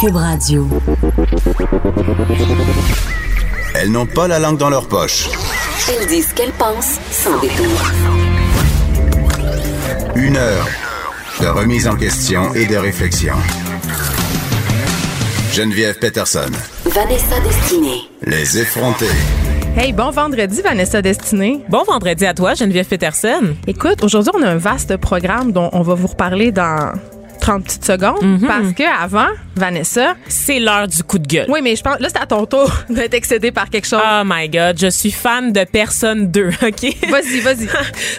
Cube Radio. Elles n'ont pas la langue dans leur poche. Elles disent ce qu'elles pensent sans détour. Une heure de remise en question et de réflexion. Geneviève Peterson. Vanessa Destinée. Les effrontés. Hey, bon vendredi, Vanessa Destinée. Bon vendredi à toi, Geneviève Peterson. Écoute, aujourd'hui, on a un vaste programme dont on va vous reparler dans 30 petites secondes Mhm. parce que avant, Vanessa, C'est l'heure du coup de gueule. oui, mais je pense, là, c'est à ton tour d'être excédé par quelque chose. Oh my God, je suis fan de personne 2, OK? Vas-y, vas-y.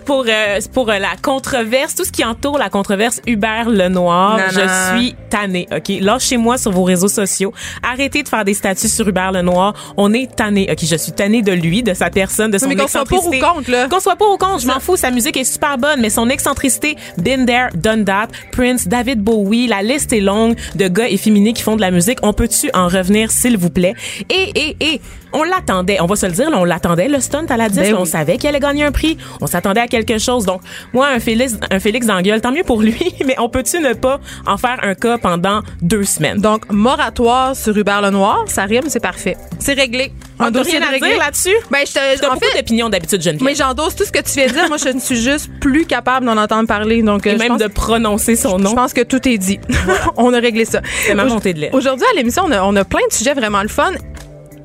pour euh, pour euh, la controverse, tout ce qui entoure la controverse Hubert Lenoir, Nana. je suis tannée, OK? Lâchez-moi sur vos réseaux sociaux. Arrêtez de faire des statuts sur Hubert Lenoir. On est tannés, OK? Je suis tannée de lui, de sa personne, de son mais qu'on soit pour ou contre, excentricité. là. Qu'on soit pas au compte, je m'en fous, sa musique est super bonne, mais son excentricité, been there, done that, Prince, David Bowie, la liste est longue de gars efféminés qui font de la musique. On peut-tu en revenir, s'il vous plaît? Et, et, et, on l'attendait, on va se le dire, là, on l'attendait, le stunt à la 10, Ben là, on oui. savait qu'il allait gagner un prix, on s'attendait à quelque chose. Donc, moi, un Félix, un Félix dans la gueule, tant mieux pour lui, mais on peut-tu ne pas en faire un cas pendant deux semaines? Donc, moratoire sur Hubert Lenoir, ça rime, c'est parfait. C'est réglé. Ah, t'as rien à réglé. dire là-dessus? Ben, je te, T'as en beaucoup fait, d'opinions d'habitude, Geneviève. mais j'endosse tout ce que tu viens de dire. Moi, je ne suis juste plus capable d'en entendre parler. Donc, euh, et je même pense de prononcer son nom. Je pense que tout est dit. on a réglé ça. ma Au- montée de lait. Aujourd'hui, à l'émission, on a, on a plein de sujets vraiment le fun.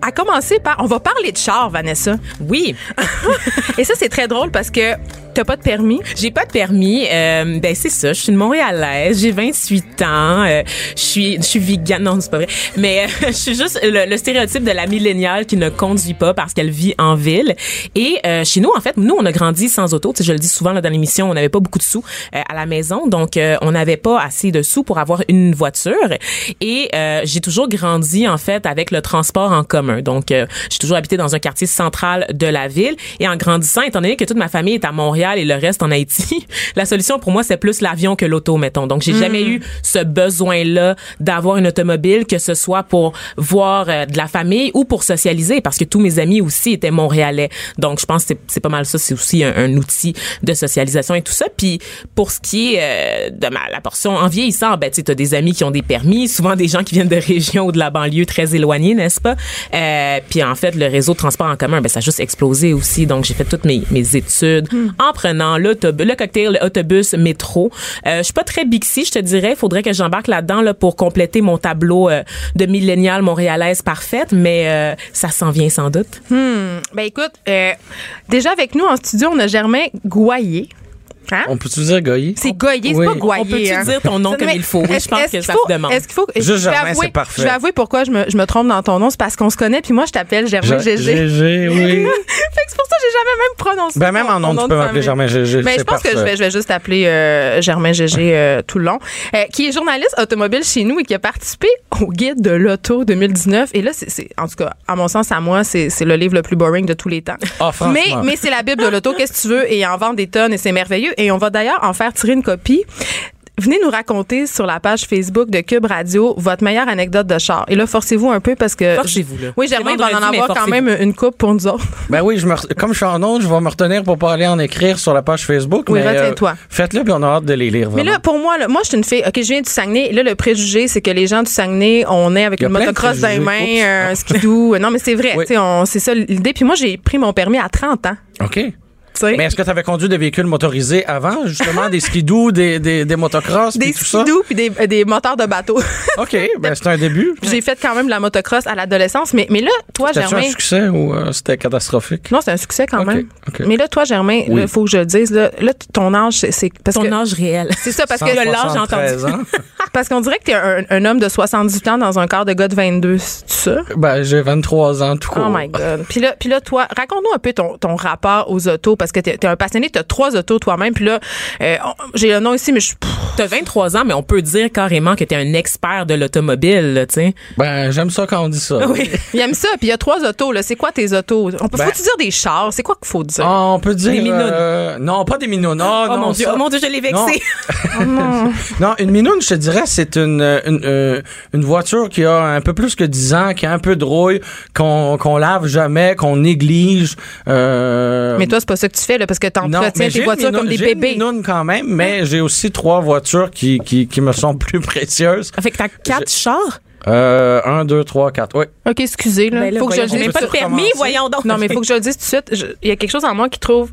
À commencer par, on va parler de char, Vanessa. Oui. Et ça, c'est très drôle parce que t'as pas de permis. J'ai pas de permis. Euh, ben c'est ça. Je suis une Montréalaise. J'ai 28 ans. euh, je suis je suis vegan. Non, c'est pas vrai. Mais euh, je suis juste le, le stéréotype de la milléniale qui ne conduit pas parce qu'elle vit en ville. Et euh, chez nous, en fait, nous on a grandi sans auto. Tu sais, je le dis souvent là, dans l'émission, on n'avait pas beaucoup de sous euh, à la maison, donc euh, on n'avait pas assez de sous pour avoir une voiture. Et euh, j'ai toujours grandi en fait avec le transport en commun. Donc euh, j'ai toujours habité dans un quartier central de la ville. Et en grandissant, étant donné que toute ma famille est à Montréal et le reste en Haïti, la solution pour moi, c'est plus l'avion que l'auto, mettons. Donc, j'ai jamais eu ce besoin-là d'avoir une automobile, que ce soit pour voir euh, de la famille ou pour socialiser, parce que tous mes amis aussi étaient montréalais. Donc, je pense que c'est- c'est pas mal ça. C'est aussi un, un outil de socialisation et tout ça. Puis, pour ce qui est euh, de ma, la portion en vieillissant, ben, tu as des amis qui ont des permis, souvent des gens qui viennent de régions ou de la banlieue très éloignées, n'est-ce pas? Euh, puis, en fait, le réseau de transport en commun, ben, ça a juste explosé aussi. Donc, j'ai fait toutes mes, mes études en prenant l'autobus, le cocktail, l'autobus, métro. Euh, je suis pas très bixi, je te dirais. Faudrait que j'embarque là-dedans là, pour compléter mon tableau euh, de millénial montréalaise parfaite, mais euh, ça s'en vient sans doute. Ben écoute, euh, déjà avec nous en studio, on a Germain Goyer. Hein? On peut-tu dire Goyer? C'est Goyer, Oui. c'est pas Goyer. On peut-tu hein? dire ton nom Non, comme mais il faut? Oui, est-ce- je pense est-ce que qu'il ça faut- se demande. Est-ce qu'il faut. Juste je vais Germain, avouer- c'est parfait. Je vais avouer pourquoi je me, je me trompe dans ton nom. C'est parce qu'on se connaît, puis moi, je t'appelle Germain Ge- GG. GG, oui. fait que c'est pour ça que j'ai jamais même prononcé. Ben, même ton- en nom, ton tu peux de m'appeler famille. Germain Gégé, Mais Ben, je c'est pense que je parfait. vais, je vais juste appeler euh, Germain Gégé euh, tout le long, euh, qui est journaliste automobile chez nous et qui a participé au guide de l'auto 2019. Et là, c'est, c'est- en tout cas, à mon sens, à moi, c'est, c'est le livre le plus boring de tous les temps. Ah, franchement. mais mais c'est la Bible de l'auto, qu'est-ce que tu veux? Et il en vend des tonnes et c'est merveilleux. Et on va d'ailleurs en faire tirer une copie. Venez nous raconter sur la page Facebook de Cube Radio votre meilleure anecdote de char. Et là, forcez-vous un peu parce que. Forcez-vous, là. Oui, Germain C'est va en vendredi, mais avoir quand forcez-vous. même une coupe pour nous autres. Ben oui, je me re- comme je suis en onde, je vais me retenir pour pas aller en écrire sur la page Facebook. Oui, mais, euh, retiens-toi. Faites-le, puis on a hâte de les lire. Mais vraiment. là, pour moi, là, moi, je suis une fille. OK, je viens du Saguenay. Et Là, le préjugé, c'est que les gens du Saguenay, on est avec Il y a une plein de motocross dans les préjugés. mains, un skidoo. Non, mais c'est vrai. Oui. tu sais, on- C'est ça l'idée. Puis moi, j'ai pris mon permis à 30 ans. OK. tu sais. Mais est-ce que tu avais conduit des véhicules motorisés avant, justement, des skidoo, des, des, des motocross, Des puis tout ça? skidoo puis des, euh, des moteurs de bateau. OK, ben c'est un début. Puis j'ai fait quand même de la motocross à l'adolescence. Mais, mais là, toi, C'était un Germain. succès ou euh, c'était catastrophique? Non, c'est un succès quand Ok, même. ok. Mais là, toi, Germain, il Oui. faut que je le dise. Là, là, t- ton âge, c'est- c'est. parce Ton que- âge réel. C'est ça, parce que le lard, j'ai 173 ans. parce qu'on dirait que t'es un, un homme de 78 ans dans un corps de gars de 22, c'est ça? ben, j'ai 23 ans, tout court. Oh my God. Puis là, puis là toi, raconte-nous un peu ton, ton rapport aux autos, parce que t'es es un passionné, t'as trois autos toi-même. Puis là, euh, on- j'ai le nom ici, mais je suis... T'as 23 ans, mais on peut dire carrément que t'es un expert de l'automobile, là, tu sais. Ben, j'aime ça quand on dit ça. Oui. Il aime ça, puis il y a trois autos. là. C'est quoi tes autos? On peut, Ben- Faut-tu dire des chars? C'est quoi qu'il faut dire? Ah, on peut dire. Des minounes. euh, non, pas des minounes. Oh, Oh, non, mon Dieu, ça- oh mon Dieu, je l'ai vexé. Non. Non, une minoune, je te dirais, c'est une, euh, une, euh, une voiture qui a un peu plus que 10 ans, qui a un peu de rouille, qu'on qu'on lave jamais, qu'on néglige. euh, Mais toi, c'est pas ça que tu fais, là, parce que non, mais t'entretiens j'ai tes une voitures minoune- comme des j'ai une bébés. minoune quand même, mais j'ai aussi trois voitures qui, qui, qui me sont plus précieuses. Fait que t'as quatre chars? Euh, 1, 2, 3, 4. Oui. OK, excusez, là. Ben là, faut que je le voyons, dise. j'ai pas de permis, voyons donc. Non, mais il faut que je le dise tout de suite. Je- Il y a quelque chose en moi qui trouve.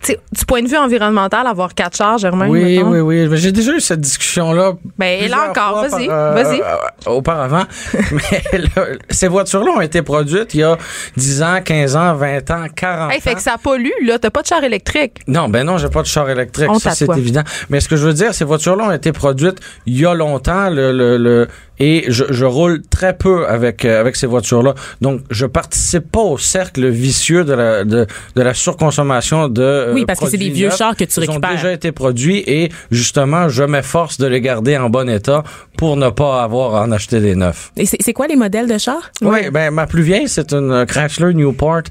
Tu sais, du point de vue environnemental, avoir quatre charges, Germain. Oui, mettons. oui, oui. Mais J'ai déjà eu cette discussion-là. Ben, plusieurs là encore, fois vas-y, par, vas-y. euh, auparavant. mais là, ces voitures-là ont été produites il y a 10 ans, 15 ans, 20 ans, 40 Hey, fait ans. que ça pollue, là. T'as pas de char électrique. Non, ben non, j'ai pas de char électrique, Honte ça à c'est toi. évident. Mais ce que je veux dire, ces voitures-là ont été produites il y a longtemps, le, le, le- et je, je roule très peu avec euh, avec ces voitures-là. Donc, je participe pas au cercle vicieux de la de, de la surconsommation de euh, Oui, parce que c'est des produits vieux neufs. chars que tu récupères. Ils ont déjà été produits et justement, je m'efforce de les garder en bon état pour ne pas avoir à en acheter des neufs. Et c'est c'est quoi les modèles de chars? Oui, ben ma plus vieille, c'est une euh, Chrysler Newport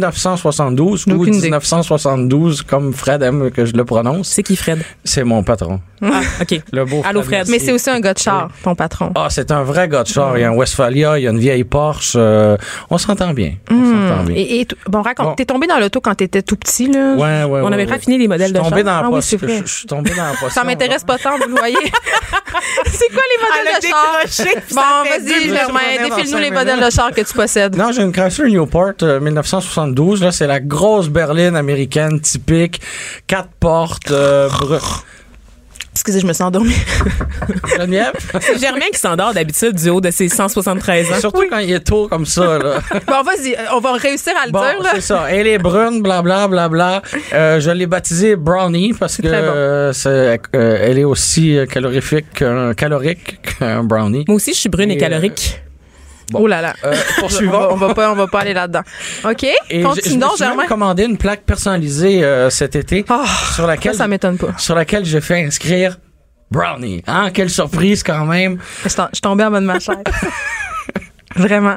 1972 ou Aucune idée. 1972 comme Fred aime que je le prononce. C'est qui, Fred? C'est mon patron. Ah, OK. Le beau Allô, Fred. Fred. Mais c'est aussi un gars de char, ton patron. Ah, c'est un vrai gars de char. Il y a un Westphalia, il y a une vieille Porsche. euh, on s'entend bien. On s'entend bien. Et, et t- bon, raconte, Bon. t'es tombé dans l'auto quand t'étais tout petit, là. Ouais, ouais, On ouais, n'avait ouais. pas fini les modèles Je suis de tombé char. dans la Ah oui, poste- c'est vrai. je- Je suis tombé dans la poste. Ça m'intéresse pas tant, vous le voyez. c'est quoi les Elle modèles a de char? décroché, puis ça Bon, fait vas-y, deux minutes. Germain, défile-nous les Dans cinq modèles de minutes. char que tu possèdes. Non, j'ai une Chrysler Newport euh, 1972. Là, c'est la grosse berline américaine typique, quatre portes. Euh, br- Excusez, je me suis endormie. Geneviève? C'est Germain qui s'endort d'habitude du haut de ses 173 ans. Surtout quand il est tôt comme ça. Là. Bon, vas-y, euh, on va réussir à le Bon, dire, là. c'est ça. Elle est brune, blabla, blabla. Euh, je l'ai baptisée Brownie parce que très bon. euh, c'est- euh, elle est aussi euh, calorifique qu'un calorique qu'un brownie. Moi aussi, je suis brune et, Et, euh, calorique. Bon. Oh là là. Euh, On va, poursuivons. on va pas, on va pas aller là-dedans. OK? Et je, je Continuons, me suis même Germain. commandé une plaque personnalisée euh, cet été Ah, sur laquelle ça, ça m'étonne pas. sur laquelle j'ai fait inscrire Brownie. Hein, quelle surprise quand même. Je t'en- je suis tombée en bas de ma chaise. Vraiment.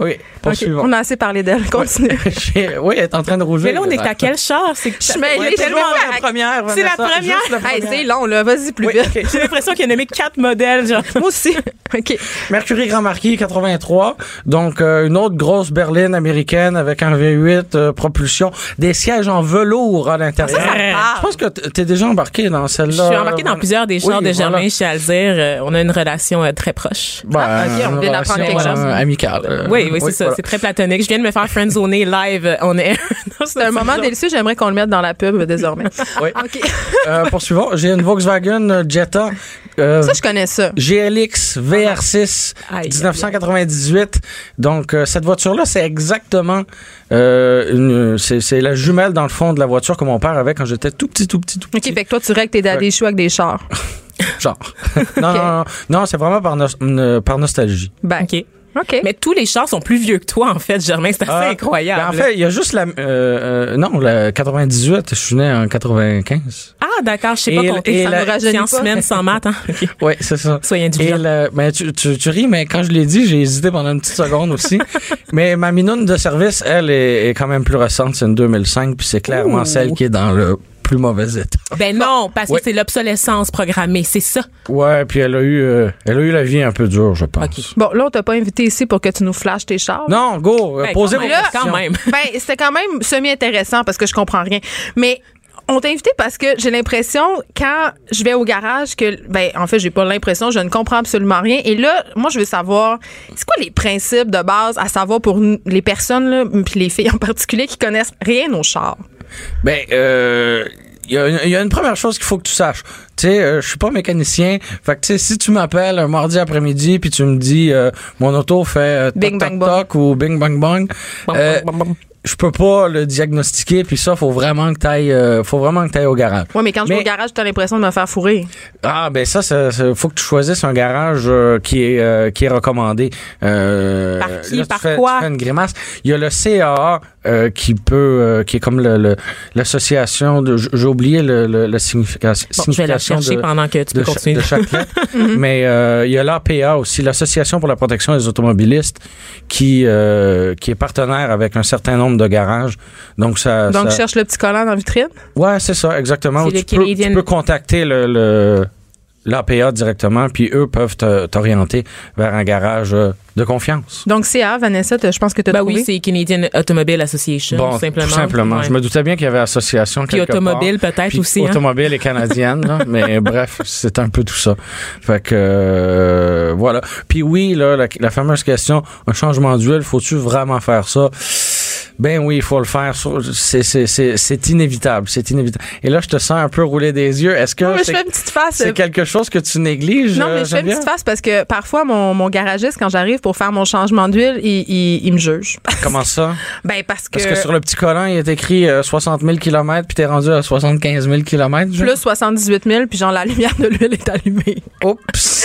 Oui, OK, poursuivons. On a assez parlé d'elle. Continue. J'ai- oui, elle est en train de rougir. Mais là, on est à quel char? C'est Je suis mêlée, je tellement vois. la première. C'est la Vanessa, première? juste la Hey, première. c'est long, là. Vas-y plus Oui, vite. ok. J'ai l'impression qu'il a nommé quatre modèles. Genre. Moi aussi. OK. Mercury Grand Marquis 83, donc euh, une autre grosse berline américaine avec un V8 euh, propulsion, des sièges en velours à l'intérieur. Ça, ça me parle. Je pense que t- t'es déjà embarqué dans Je celle-là. suis embarquée dans plusieurs des chars Oui, de Germain voilà. chez Alzire. Euh, on a une relation euh, très proche. Ben, Ah, ok, on une vient d'apprendre relation, quelque euh, chose. amicale. euh, Oui, oui, c'est ça. voilà. C'est très platonique. Je viens de me faire friendzoner live euh, on air. Non, C'est un moment délicieux. J'aimerais qu'on le mette dans la pub euh, désormais. Oui. OK. Euh, poursuivons. J'ai une Volkswagen euh, Jetta. euh, Ça, je connais ça. GLX VR6 Aïe, 1998. Donc euh, cette voiture-là, c'est exactement euh, une- c'est c'est la jumelle dans le fond de la voiture que mon père avait quand j'étais tout petit, tout petit, tout OK, petit. ben, fait que toi, tu règles tes daddy choux avec des chars. Genre. non, non, non, non, c'est vraiment par, nos- euh, par nostalgie. Ben. OK. OK. Mais tous les chars sont plus vieux que toi, en fait, Germain. C'est assez Ah, incroyable. ben, en fait, il y a juste la euh, euh, non, la 98, je suis né en 95. ah, d'accord. Je sais Et- pas compter. et Ça la- me rajeunit Science pas. humaine sans maths. Hein? OK. Oui, c'est ça. Soyez Et indulgents. le- ben, tu, tu, tu ris, mais quand je l'ai dit, j'ai hésité pendant une petite seconde aussi. mais ma minoune de service, elle, est, est quand même plus récente. C'est une 2005, puis c'est clairement Ouh. celle qui est dans le plus mauvais état. Ben non, parce Ouais. que c'est l'obsolescence programmée. C'est ça. Ouais, puis elle a eu, euh, elle a eu la vie un peu dure, je pense. OK. Bon, là, on t'a pas invité ici pour que tu nous flashes tes chars. Non, go, euh, Ben, posez quand vos même, questions. quand même. Ben, c'était quand même semi-intéressant parce que je comprends rien. Mais on t'a invité parce que j'ai l'impression, quand je vais au garage, que, ben, en fait, j'ai pas l'impression, je ne comprends absolument rien. Et là, moi, je veux savoir, c'est quoi les principes de base à savoir pour nous- les personnes, là, puis les filles en particulier, qui connaissent rien aux chars? Ben, euh, il y, a une- il y a une première chose qu'il faut que tu saches. Tu sais, euh, je suis pas mécanicien. Fait que, tu sais, si tu m'appelles un mardi après-midi puis tu me dis euh, mon auto fait euh, toc, Bing, toc, bang, toc ou bing bang bang, Bam, euh, bam, bam, bam. je peux pas le diagnostiquer puis ça faut vraiment que t'ailles euh, faut vraiment que t'ailles au garage. Ouais, mais quand je vais au garage, t'as l'impression de me faire fourrer. Ah ben ça, ça, ça- faut que tu choisisses un garage euh, qui est euh, qui est recommandé. Euh, Par qui, là, tu par fais- quoi? tu fais une grimace. Il y a le CAA euh, qui peut euh, qui est comme le- le- l'association de j- j'ai oublié le, le- la signification. Bon, je vais la signification chercher de- pendant que tu de, peux cha- continuer. de chaque lettre. Mais euh, il y a l'APA aussi, l'Association pour la protection des automobilistes, qui euh, qui est partenaire avec un certain nombre de garages. Donc ça. Donc, ça- je cherche le petit collant dans la vitrine. Ouais, c'est ça, exactement. C'est Où le tu, peux, Canadian- tu peux contacter le, le, l'APA directement, puis eux peuvent te- t'orienter vers un garage euh, de confiance. Donc, CA, Vanessa, t'as- je pense que tu as Ben trouvé. oui, c'est Canadian Automobile Association, Bon, simplement. tout simplement. Ouais. Je me doutais bien qu'il y avait association Puis quelque part. automobile, peut-être Puis aussi, hein. Automobile et canadienne, là. mais bref, c'est un peu tout ça. Fait que euh, voilà. Puis oui, là, la, la fameuse question, un changement d'huile, faut-tu vraiment faire ça Ben oui, il faut le faire. sur- C'est c'est- c'est- c'est inévitable, c'est inévitable. Et là, je te sens un peu rouler des yeux. Est-ce que Non, mais je c'est- fais une petite face. c'est quelque chose que tu négliges Non, mais euh, je fais une Geneviève? petite face parce que parfois, mon, mon garagiste, quand j'arrive pour faire mon changement d'huile, il, il, il me juge. Comment ça ben, parce que, Parce que sur le petit collant, il est écrit euh, 60 000 km, puis t'es rendu à 75 000 km. plus 78 000, puis genre, la lumière de l'huile est allumée. Oups!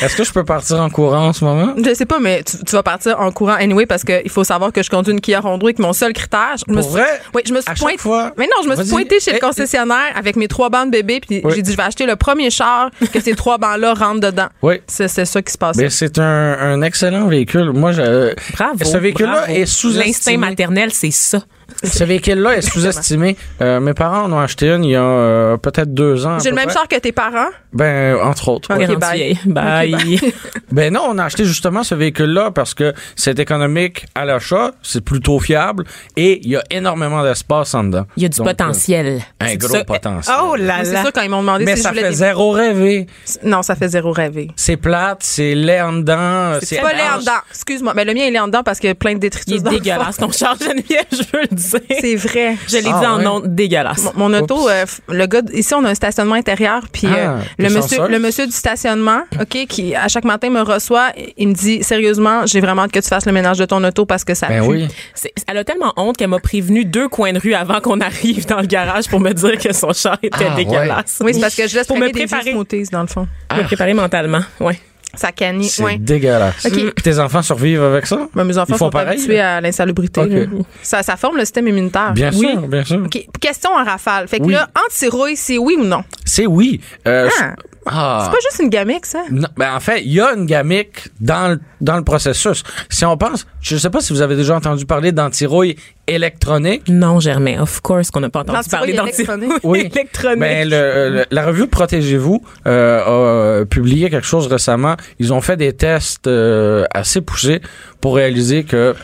Est-ce que je peux partir en courant en ce moment? Je sais pas, mais tu, tu vas partir en courant anyway parce qu'il faut savoir que je conduis une Kia Rondo et que mon seul critère, je me Pour suis, vrai? oui, je me suis À chaque pointée- fois? mais non, je me suis Vas-y. pointée chez Eh, le eh. concessionnaire avec mes trois bancs de bébé puis Oui. j'ai dit je vais acheter le premier char que ces trois bancs-là rentrent dedans. Oui. C'est c'est ça qui se passe. Mais c'est un, un excellent véhicule. Moi, je, euh, Bravo. ce véhicule-là bravo. est L'instinct sous-estimé. maternel, c'est ça. Ce véhicule-là est sous-estimé. Euh, mes parents en ont acheté une il y a euh, peut-être deux ans. à J'ai le peu même près. char que tes parents. Ben, entre autres. Ok, ouais. Garantie bye. vieille. Bye. Ok, Ben non, on a acheté justement ce véhicule-là parce que c'est économique à l'achat, c'est plutôt fiable et il y a énormément d'espace en dedans. Il y a du Donc, euh, potentiel. un C'est gros ça. potentiel. Oh là Mais C'est là. sûr quand ils m'ont demandé Ah, Mais si ça je voulais fait des- zéro rêver. Non, ça fait zéro rêver. C'est plate, c'est laid en dedans. C'est pas laid en dedans. Excuse-moi. Mais Ben, le mien, il est en dedans parce qu'il y a plein de détritus. Il est dans le fond. dégueulasse. Ton char Geneviève, je veux le dire. C'est vrai. Je l'ai dit Ah, en ouais. nom dégueulasse. Mon, mon auto, euh, f- le gars, d- ici, on a un stationnement intérieur, puis Ah, euh, t'es le, monsieur, chanceuse. le monsieur du stationnement, OK, qui à chaque matin me reçoit, il me dit sérieusement, j'ai vraiment hâte que tu fasses le ménage de ton auto parce que ça Ben pue. oui. C'est- Elle a tellement honte qu'elle m'a prévenu deux coins de rue avant qu'on arrive dans le garage pour me dire que son char était Ah, ouais. dégueulasse. Oui, c'est parce que je laisse pour me traîner des vieux préparer, smoothies, dans le fond. me préparer mentalement. Ouais. Ça canille. C'est Oui. dégueulasse. Mm, Ok. Puis tes enfants survivent avec ça? Ben, mes enfants Ils font sont pareil? hein? habitués à l'insalubrité. Ok. là. Ça, ça forme le système immunitaire. Bien Oui. sûr, bien sûr. OK. Question en rafale. Fait que Oui. là, anti-rouille, c'est oui ou non? C'est oui. Euh, Ah. je- ah. C'est pas juste une gamique, ça? Non, ben en fait, il y a une gamique dans le, dans le processus. Si on pense, je ne sais pas si vous avez déjà entendu parler d'antirouille électronique. Non, Germain, of course qu'on n'a pas entendu L'antirouille parler électronique. d'antirouille électronique. Ben, le- euh, le- la revue Protégez-vous euh, a publié quelque chose récemment. Ils ont fait des tests euh, assez poussés pour réaliser que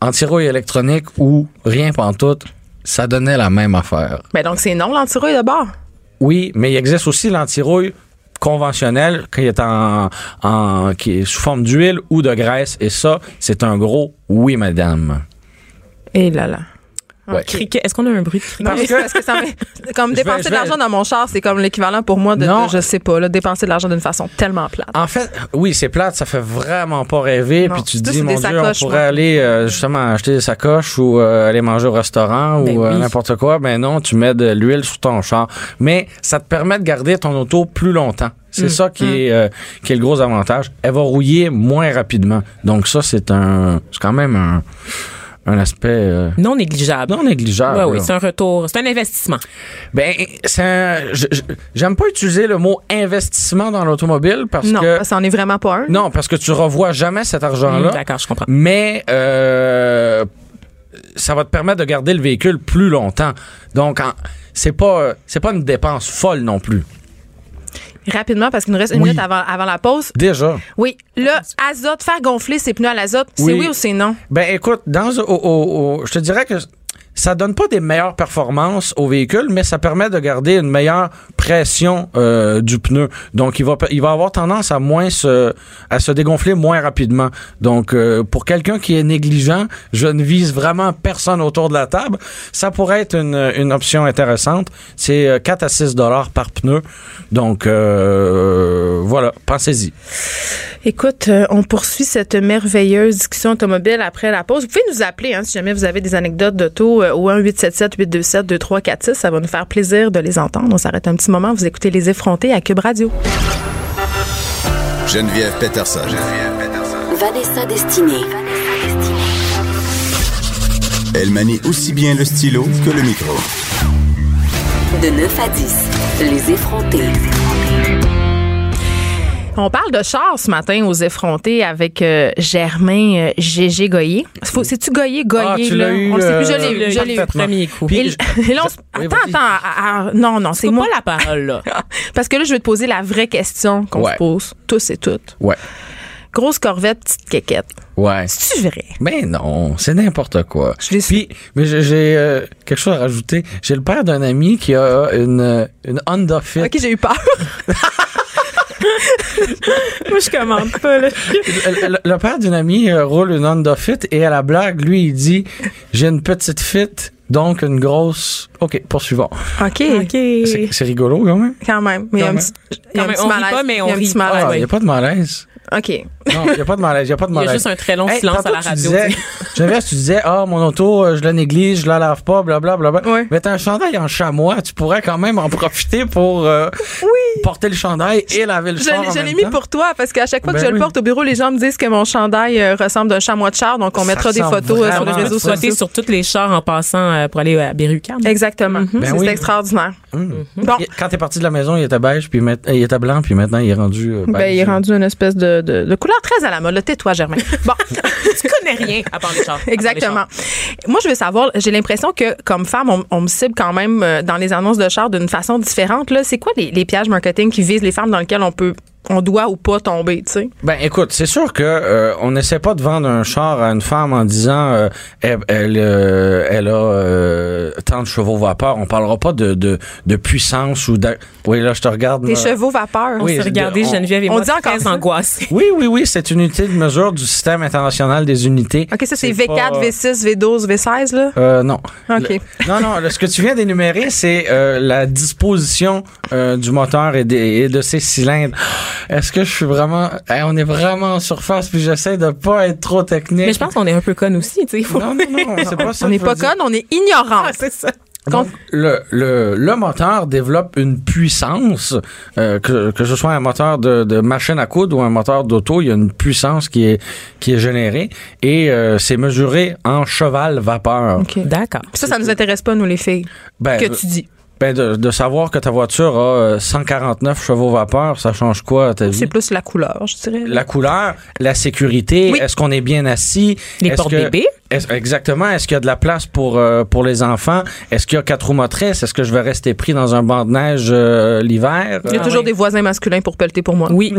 antirouille électronique ou rien pantoute, ça donnait la même affaire. Ben donc, c'est non, l'anti-rouille de bord. Oui, mais il existe aussi l'antirouille conventionnelle qui est en, en- qui est sous forme d'huile ou de graisse et ça c'est un gros oui madame. Eh Et là là. Ouais. Criquet. Est-ce qu'on a un bruit de criquet? Parce que, parce que ça m'est- comme Je vais- dépenser je de vais- l'argent dans mon char, c'est comme l'équivalent pour moi de, Non. de- je sais pas, là, dépenser de l'argent d'une façon tellement plate. En fait, oui, c'est plate, ça fait vraiment pas rêver Non, puis tu te ça, dis c'est mon des dieu, sacoches, on pourrait moi. aller euh, justement acheter des sacoches ou euh, aller manger au restaurant Ben ou euh, oui. n'importe quoi, ben non, tu mets de l'huile sur ton char, mais ça te permet de garder ton auto plus longtemps. C'est Mm. ça qui est euh, qui est le gros avantage, elle va rouiller moins rapidement. Donc ça c'est un c'est quand même un un aspect euh, Non négligeable. non négligeable. Ouais, oui, là. c'est un retour. C'est un investissement. Ben, c'est un- je- je- j'aime pas utiliser le mot investissement dans l'automobile parce non, que ça en est vraiment pas un. non parce que tu revois jamais cet Hum, argent-là. D'accord, je comprends. mais euh, ça va te permettre de garder le véhicule plus longtemps. Donc en- c'est pas euh, c'est pas une dépense folle non plus. Rapidement, parce qu'il nous reste une Oui. minute avant, avant la pause. Déjà. Oui, là, azote, faire gonfler ses pneus à l'azote, c'est Oui. oui ou c'est non? Ben écoute, dans au- au- au- je te dirais que ça donne pas des meilleures performances au véhicule, mais ça permet de garder une meilleure pression euh, du pneu. Donc il va il va avoir tendance à moins se à se dégonfler moins rapidement. Donc euh, pour quelqu'un qui est négligent, je ne vise vraiment personne autour de la table, ça pourrait être une, une option intéressante. C'est euh, 4 à 6 dollars par pneu. Donc euh, voilà, pensez-y. Écoute, euh, on poursuit cette merveilleuse discussion automobile après la pause. Vous pouvez nous appeler hein, si jamais vous avez des anecdotes d'auto euh, au 1 877 827 2346, ça va nous faire plaisir de les entendre. On s'arrête un petit moment, vous écoutez les effrontés à Cube Radio. Geneviève Peterson. Geneviève Peterson. Vanessa Destinée. Elle manie aussi bien le stylo que le micro. De 9 à 10. Les effrontés. On parle de char ce matin aux effrontés avec euh, Germain euh, Gégé Goyer. Faut- C'est-tu Goyer, Goyer? Ah, tu là? l'as eu, On le sait plus, je euh, l'ai eu. Je l'ai eu. parfaitement. Premier coup. Puis- Et- et là, on se- Oui, attends, vas-y. attends. ah, ah, non, non, c'est C'est moi. moi la parole, là. Parce que là, je vais te poser la vraie question qu'on Ouais. se pose, tous et toutes. Ouais. Grosse corvette, petite quéquette. Ouais. C'est-tu vrai? Mais Ben non, c'est n'importe quoi. Je l'ai su. Puis, mais j'ai- j'ai euh, quelque chose à rajouter. J'ai le père d'un ami qui a une, euh, une Honda Fit. Ok, j'ai eu peur. moi, je commande pas, là. Le, le- le père d'une amie euh, roule une Honda Fit et à la blague, lui, il dit J'ai une petite Fit, donc une grosse. OK, poursuivons. OK. C'est c'est rigolo quand même. Quand même. Mais il y a un Quand petit, il y a un même, petit on rit malaise. pas, mais Il y a on un petit rit. malaise. Ah Il oui. n'y a pas de malaise. OK. Non, il n'y a pas de malaise. Il n'y a pas de Il y malaise. a juste un très long Hey, silence à tantôt, la tu radio. disais- Geneviève, tu disais, ah, mon auto, euh, je la néglige, je la lave pas, blablabla. Bla, bla. Ouais. Mais t'as un chandail en chamois, tu pourrais quand même en profiter pour euh, porter le chandail et laver le Je char l'ai- en je même l'ai mis temps. pour toi parce qu'à chaque fois Ben que je oui. le porte au bureau, les gens me disent que mon chandail euh, ressemble d'un chamois de char, donc on Ça mettra des ressemble photos euh, sur les vraiment à réseaux ça. sociaux. Sauter sur tous les chars en passant euh, pour aller à Bérucam. Exactement. Mhm. Ben C'est oui. extraordinaire. Hum. Bon. Il- Quand t'es parti de la maison, il était beige, puis maintenant- il était blanc, puis maintenant il est rendu euh, beige. Ben, il est rendu une espèce de, de- de couleur très à la mode. Le tais-toi, Germain. Bon, Tu connais rien à part les chars. à part les exactement. chars. Moi, je veux savoir, j'ai l'impression que comme femme, on, on me cible quand même euh, dans les annonces de char d'une façon différente. Là, C'est quoi les, les pièges marketing qui visent les femmes dans lesquels on peut, on doit ou pas tomber, tu sais? Ben écoute, c'est sûr que euh, on n'essaie pas de vendre un char à une femme en disant euh, elle elle, euh, elle a euh, tant de chevaux vapeur. On parlera pas de de, de puissance ou d'a- Oui là, je te regarde. euh, Tes là. chevaux vapeur. On Oui, s'est regardé, on- Geneviève et on moi, dit encore très ça. angoissés. Oui, oui, oui, c'est une unité de mesure du système international des unités. OK, ça, c'est C'est V4, pas- V6, V12, V16, là? Euh, non. OK. Le- non, non, le- ce que tu viens d'énumérer, c'est euh, la disposition euh, du moteur et, des- et de ses cylindres. Est-ce que je suis vraiment... Hey, on est vraiment en surface, puis j'essaie de pas être trop technique. Mais je pense qu'on est un peu connes aussi, tu sais. il faut- Non, non, non, c'est pas ça. on que n'est je pas veux dire. conne, on est ignorant. Ah, c'est ça. Donc, le, le, le moteur développe une puissance, euh, que, que ce soit un moteur de, de machine à coudre ou un moteur d'auto, il y a une puissance qui est, qui est générée et euh, c'est mesuré en cheval vapeur. OK. D'accord. Ça, ça nous intéresse pas, nous, les filles. Ben, Que tu dis. ben, de, de savoir que ta voiture a euh, 149 chevaux vapeur, ça change quoi à ta vie? C'est plus la couleur, je dirais. hmm. La couleur, la sécurité, Oui. est-ce qu'on est bien assis? Les Est-ce portes que- bébés. est-ce- exactement. Est-ce qu'il y a de la place pour euh, pour les enfants? Est-ce qu'il y a quatre roues motrices? Est-ce que je vais rester pris dans un banc de neige euh, l'hiver? Il y a Ah toujours oui. des voisins masculins pour pelleter pour moi. Oui.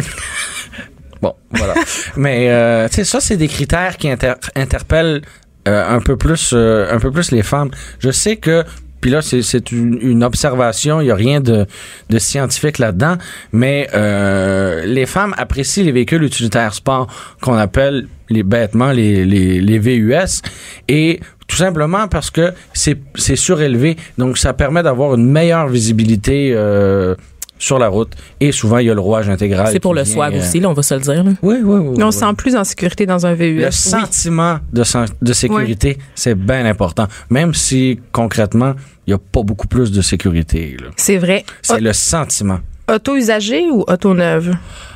Bon, voilà. Mais euh, tu sais, ça, c'est des critères qui inter- interpellent euh, un peu plus, euh, un peu plus les femmes. Je sais que puis là, c'est- c'est une, une observation, il n'y a rien de, de scientifique là-dedans, mais euh, les femmes apprécient les véhicules utilitaires sport qu'on appelle les bêtements les, les, les VUS, et tout simplement parce que c'est c'est surélevé, donc ça permet d'avoir une meilleure visibilité euh, sur la route, et souvent il y a le rouage intégral. C'est pour qui le vient, swag euh, aussi, là, on va se le dire. là. oui, oui, oui. Mais on oui. se sent plus en sécurité dans un VUS. Le Oui. sentiment de, sen- de sécurité, c'est bien important. Même si, concrètement, il n'y a pas beaucoup plus de sécurité. là. C'est vrai. C'est le sentiment. O- Auto usagée ou auto neuve?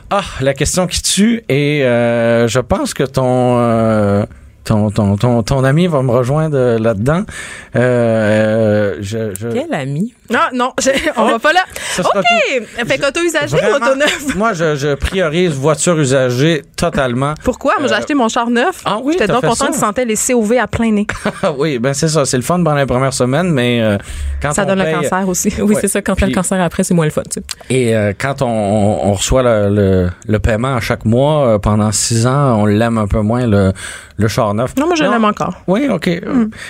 Ah, la question qui tue, et euh, je pense que ton, euh, ton, ton, ton, ton ami va me rejoindre euh, là-dedans. Euh, euh, je, je- Quel ami. Non, Ah, non, je- on va pas là. Ça sera OK! Fait qu'auto usagée ou Vraiment, auto neuve? moi, je, je priorise voiture usagée totalement. Pourquoi? Moi, j'ai Euh, acheté mon char neuf. ah oui, J'étais t'as donc fait ça. contente qu'il sentait les COV à plein nez. Ah oui, ben c'est ça, c'est le fun pendant les premières semaines, mais euh, quand Ça on donne le paye- cancer aussi. Oui, Ouais. c'est ça. Quand t'as le Puis- cancer après, c'est moins le fun. tu sais. Et euh, quand on, on- on reçoit le, le- le paiement à chaque mois euh, pendant six ans, on l'aime un peu moins le, le char neuf. Non, moi, je l'aime encore. Mm. Oui, ok.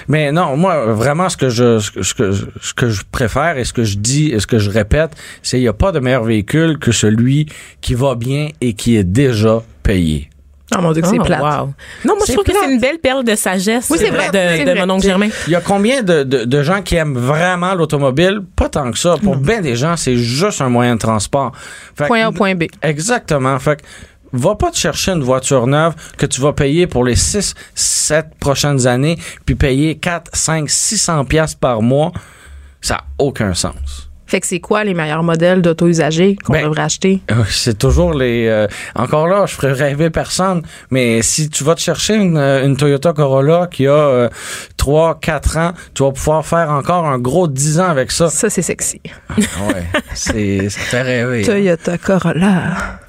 Mais non, moi vraiment ce que je ce que- ce que ce que je préfère et ce que je dis et ce que je répète, c'est il n'y a pas de meilleur véhicule que celui qui va bien et qui est déjà payé. Oh mon Dieu, que c'est Ah, plate. wow. Non, moi, je C'est trouve que plate. c'est une belle perle de sagesse Oui, c'est euh, vrai, de, c'est de vrai. mon oncle Germain. Il y a combien de, de, de gens qui aiment vraiment l'automobile Pas tant que ça. Pour bien des gens, c'est juste un moyen de transport. Fait que- Point A au point B. Exactement. Fait que, va pas te chercher une voiture neuve que tu vas payer pour les 6, 7 prochaines années, puis payer 4, 5, 600 pièces par mois. Ça n'a aucun sens. Fait que c'est quoi les meilleurs modèles d'auto usagée qu'on Ben, devrait acheter? Euh, C'est toujours les... euh, encore là, je ferais rêver personne, mais si tu vas te chercher une, euh, une Toyota Corolla qui a 3, 4 ans, tu vas pouvoir faire encore un gros 10 ans avec ça. Ça, c'est sexy. ouais, c'est... Ça fait rêver. Toyota Corolla.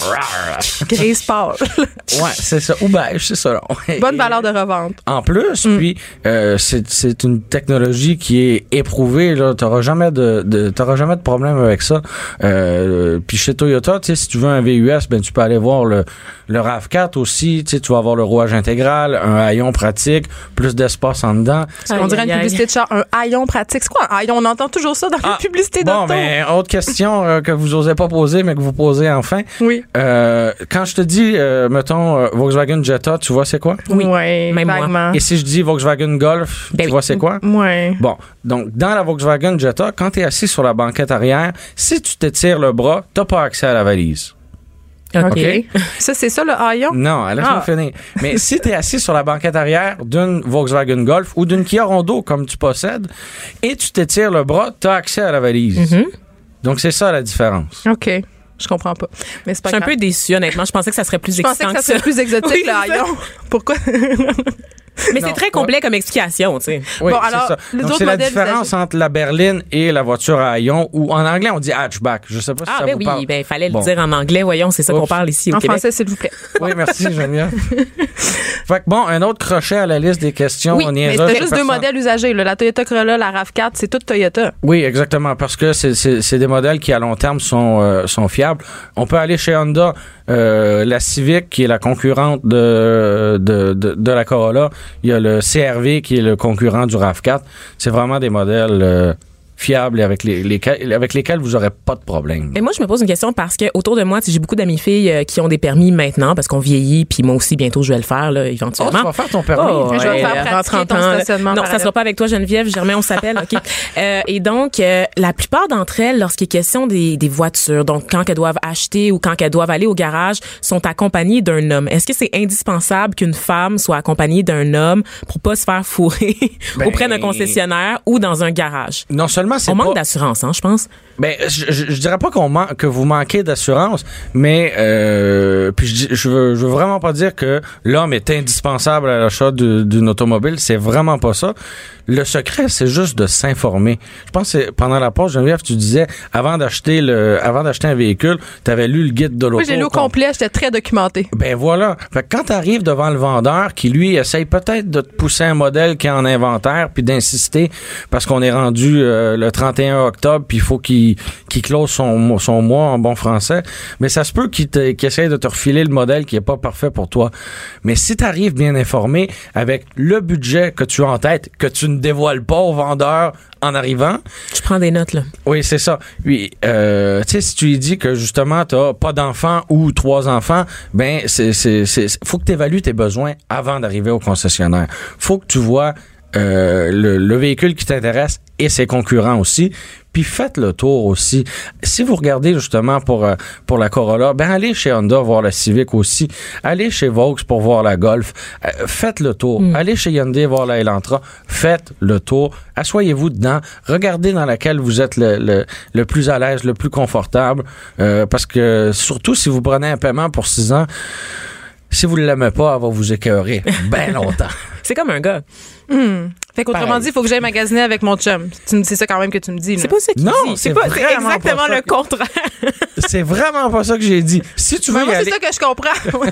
Grise pâle. Ouais, c'est ça. Ou beige, c'est ça. Bonne valeur de revente. En plus, Mm. puis euh, c'est c'est une technologie qui est éprouvée là. T'auras jamais de, de t'auras jamais de problème avec ça. Euh, puis chez Toyota, tu sais, si tu veux un VUS, ben tu peux aller voir le le Rav4 aussi. Tu sais, tu vas avoir le rouage intégral, un haillon pratique, plus d'espace en dedans. On dirait une publicité de char, un haillon pratique. C'est quoi un haillon? On entend toujours ça dans Ah, les publicités Bon, d'auto. mais autre question euh, que vous osez pas poser, mais que vous posez enfin. Oui. Euh, quand je te dis, euh, mettons euh, Volkswagen Jetta, tu vois c'est quoi? Oui, Ouais, même moi. vaguement. Et si je dis Volkswagen Golf, Ben tu oui. vois c'est quoi? Ouais. Bon, donc dans la Volkswagen Jetta, quand tu es assis sur la banquette arrière, si tu t'étires le bras, t'as pas accès à la valise. OK. OK. Ça, c'est ça le haillon? Non, laisse-moi Ah. finir. Mais si tu es assis sur la banquette arrière d'une Volkswagen Golf ou d'une Kia Rondo comme tu possèdes et tu t'étires le bras, tu as accès à la valise. Mhm. Donc c'est ça la différence. OK. Je comprends pas. Mais c'est Je pas suis un grave. peu déçue, honnêtement. Je pensais que ça serait plus Je pensais excitant que ça serait plus exotique, Oui, le c'est ça. haillon. Pourquoi? Mais c'est très complet comme explication, tu sais. Oui, Bon, c'est alors, ça. les Donc, autres c'est la modèles différence entre la berline et la voiture à haillons ou en anglais on dit hatchback. Je sais pas si Ah, ça ben vous oui, parle. ben, fallait Bon. le dire en anglais. Voyons, c'est ça qu'on Oups. parle ici au en Québec. français, s'il vous plaît. Oui, merci, j'aime bien. fait que bon, un autre crochet à la liste des questions. Oui, on mais niaiseuse, c'était juste deux personne- modèles usagés. là. La Toyota Corolla, la RAV4, c'est toute Toyota. Oui, exactement, parce que c'est- c'est c'est des modèles qui, à long terme, sont, euh, sont fiables. On peut aller chez Honda, euh, la Civic, qui est la concurrente de, de, de, de la Corolla. Il y a le CRV, qui est le concurrent du RAV4. C'est vraiment des modèles euh, fiables et avec, les, lesquels- avec lesquels vous n'aurez pas de problème. Mais moi, je me pose une question parce que autour de moi, tu sais, j'ai beaucoup d'amis filles euh, qui ont des permis maintenant parce qu'on vieillit, puis moi aussi, bientôt, je vais le faire, là, Oh, éventuellement. tu vas faire ton permis. Oh, Mais je vais ouais, te faire avant pratiquer 30 ton ans, là. stationnement Non, ça parallèle. sera pas avec toi, Geneviève. Germain, on s'appelle, OK? Euh, et donc, euh, la plupart d'entre elles, lorsqu'il est question des, des voitures, donc quand elles doivent acheter ou quand elles doivent aller au garage, sont accompagnées d'un homme. Est-ce que c'est indispensable qu'une femme soit accompagnée d'un homme pour pas se faire fourrer Ben- auprès d'un concessionnaire ou dans un garage? Non seulement c'est On pas- manque d'assurance, hein, je pense. Ben, je, je, je dirais pas qu'on man- que vous manquez d'assurance, mais euh, puis je, dis- je, veux, je veux vraiment pas dire que l'homme est indispensable à l'achat de- d'une automobile. C'est vraiment pas ça. Le secret, c'est juste de s'informer. Je pense que c'est- pendant la pause, Geneviève, tu disais avant d'acheter le, avant d'acheter un véhicule, tu avais lu le guide de l'auto. Oui, j'ai lu au complet, j'étais très documentée. Ben voilà. Fait que quand tu arrives devant le vendeur qui, lui, essaye peut-être de te pousser un modèle qui est en inventaire puis d'insister parce qu'on est rendu euh, le 31 octobre puis il faut qu'il qu'il close son, mo- son mois en bon français. Mais ça se peut qu'il te- qu'il essaye de te refiler le modèle qui est pas parfait pour toi. Mais si tu arrives bien informé avec le budget que tu as en tête, que tu ne dévoiles pas au vendeur en arrivant, Je prends des notes, là. oui, c'est ça. Oui, euh, tu sais, si tu lui dis que justement, tu pas d'enfants ou trois enfants, ben, c'est, c'est, c'est, c'est- faut que tu évalues tes besoins avant d'arriver au concessionnaire. faut que tu vois euh, le, le véhicule qui t'intéresse et ses concurrents aussi. Puis faites le tour aussi. Si vous regardez justement pour euh, pour la Corolla, ben allez chez Honda voir la Civic aussi. Allez chez Vaux pour voir la Golf. Euh, faites le tour. Allez chez Hyundai voir la Elantra. Faites le tour. Assoyez-vous dedans. Regardez dans laquelle vous êtes le, le, le plus à l'aise, le plus confortable. Euh, parce que surtout si vous prenez un paiement pour 6 ans, si vous ne l'aimez pas, elle va vous écœurer bien longtemps. C'est comme un gars. Fait qu'autrement Pareil. dit, il faut que j'aille magasiner avec mon chum. Tu me- C'est ça quand même que tu me dis. là. C'est pas ça qu'il Non, dit. c'est pas vraiment pas exactement ça le que- contraire. C'est vraiment pas ça que j'ai dit. Si tu veux Mais y moi, c'est aller, ça que je comprends. Ouais.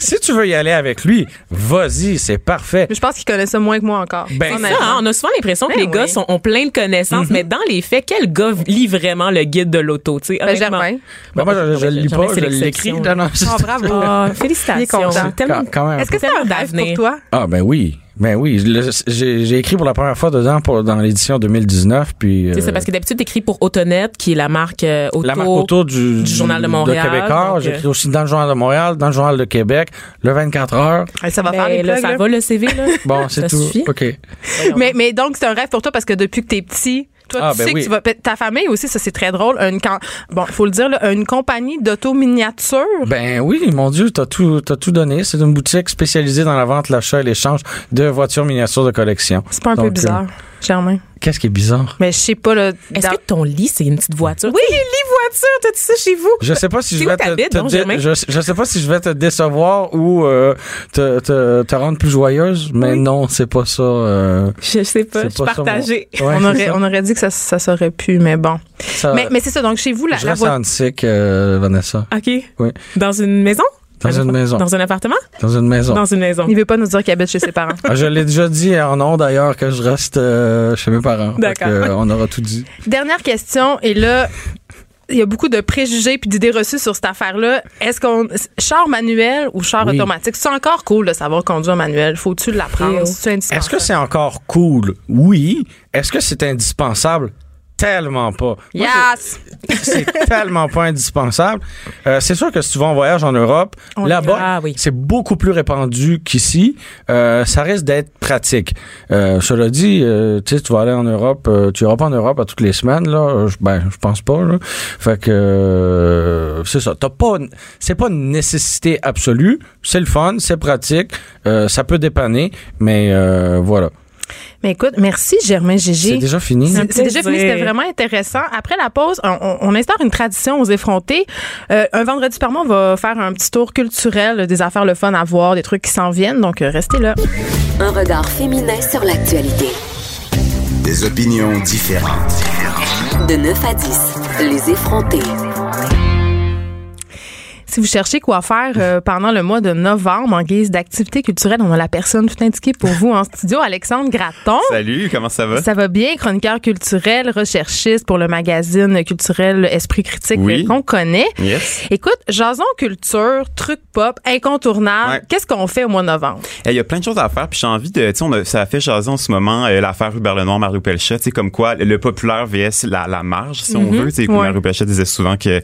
si tu veux y aller avec lui, vas-y, c'est parfait. Mais je pense qu'il connaît ça moins que moi encore. Ben, Ça, hein, on a souvent l'impression que Ben les gars oui. sont, ont plein de connaissances, Mm-hmm. mais dans les faits, quel gars lit vraiment le guide de l'auto? tu sais, Ben, honnêtement? Germain. Ben, moi, je, je le lis Jamais pas, je c'est l'écris. l'exception. Non, non, c'est- Oh, bravo. Ah, Il est félicitations. content. C'est tellement- Quand- quand même. Est-ce que c'est tellement un rêve pour d'avenir. toi? Ah ben oui, ben oui. Le- J'ai j'ai écrit pour la première fois dedans pour, dans l'édition 2019, puis euh, C'est ça, parce que d'habitude, t'écris pour Autonette, qui est la marque euh, auto. la marque autour du, du Journal de Montréal, de Québécois. donc, euh, J'ai écrit aussi dans le Journal de Montréal, dans le Journal de Québec, le 24 heures. Eh, Ça va Ben, faire les là, plugs, ça là. va le CV, là? Bon, c'est Ça tout. suffit? Ok. Mais, mais donc, c'est un rêve pour toi parce que depuis que t'es petit, toi, Ah, tu ben sais oui. que tu vas. Ta famille aussi, ça, c'est très drôle. Une, quand, bon, faut le dire, là, une compagnie d'auto-miniature. Ben oui, mon Dieu, t'as tout, t'as tout donné. C'est une boutique spécialisée dans la vente, l'achat et l'échange de voitures miniatures de collection. C'est pas un peu Donc, euh, bizarre, Germain? Qu'est-ce qui est bizarre Mais je sais pas, là. Est-ce dans- que ton lit, c'est une petite voiture? Oui, Tu sais, les voiture, tout ça chez vous. Je sais pas si C'est je où vais te, t'habites, te donc, dé- Germain? je, je sais pas si je vais te décevoir ou euh, te, te, te rendre plus joyeuse, mais non, c'est pas ça. euh, Je sais pas, c'est je suis pas ça, mon- partagée. Ouais, on, c'est aurait, ça. on aurait dit que ça, Euh, ça s'aurait pu, mais bon. Ça- mais mais c'est ça, donc chez vous, la, je la reste voiture. en sick, euh, Vanessa. OK. Oui. Dans une maison? Dans une maison. Dans un appartement? Dans une maison. Dans une maison. Il veut pas nous dire qu'il habite chez ses parents. Ah, je l'ai déjà dit en nom d'ailleurs que je reste euh, chez mes parents. D'accord. Fait que, euh, on aura tout dit. Dernière question, et là, il y a beaucoup de préjugés puis d'idées reçues sur cette affaire-là. Est-ce qu'on. Char manuel ou char Oui. automatique? C'est encore cool de savoir conduire manuel. Faut-tu l'apprendre? Oui. C'est Est-ce que c'est encore cool? Oui. Est-ce que c'est indispensable? Tellement pas. Moi, Yes! c'est tellement pas indispensable. Euh, c'est sûr que si tu vas en voyage en Europe, On là-bas, ira, oui. c'est beaucoup plus répandu qu'ici. Euh, ça risque d'être pratique. Euh, cela dit, euh, tu sais, tu vas aller en Europe, euh, tu iras pas en Europe à toutes les semaines là. Euh, je- ben, je pense pas. Là. Fait que euh, c'est ça. T'as pas, une- c'est pas une nécessité absolue. C'est le fun, c'est pratique, euh, ça peut dépanner, mais euh, voilà. Mais écoute, merci Germain C'est Gégé. déjà fini. Un C'est c'est déjà plaisir. fini, c'était vraiment intéressant. Après la pause, on, on- on instaure une tradition aux effrontés. Euh, un vendredi par mois, on va faire un petit tour culturel, euh, des affaires le fun à voir, des trucs qui s'en viennent. Donc, euh, restez là. Un regard féminin sur l'actualité. Des opinions différentes. De 9 à 10, les effrontés. Si vous cherchez quoi faire euh, pendant le mois de novembre en guise d'activité culturelle, on a la personne tout indiquée pour vous en studio, Alexandre Gratton. Salut, comment ça va? Ça va bien, chroniqueur culturel, recherchiste pour le magazine culturel Esprit critique Oui. euh, qu'on connaît. Yes. Écoute, jason culture, truc pop, incontournable, Ouais. qu'est-ce qu'on fait au mois de novembre? Eh, Il y a plein de choses à faire, puis j'ai envie de, tu sais, on a- ça a fait jaser en ce moment euh, l'affaire Hubert Lenoir, Mario Pelchat, tu sais, comme quoi le populaire vs la, la marge, si Mhm, on veut. Tu sais, ouais. Mario Pelchat disait souvent que,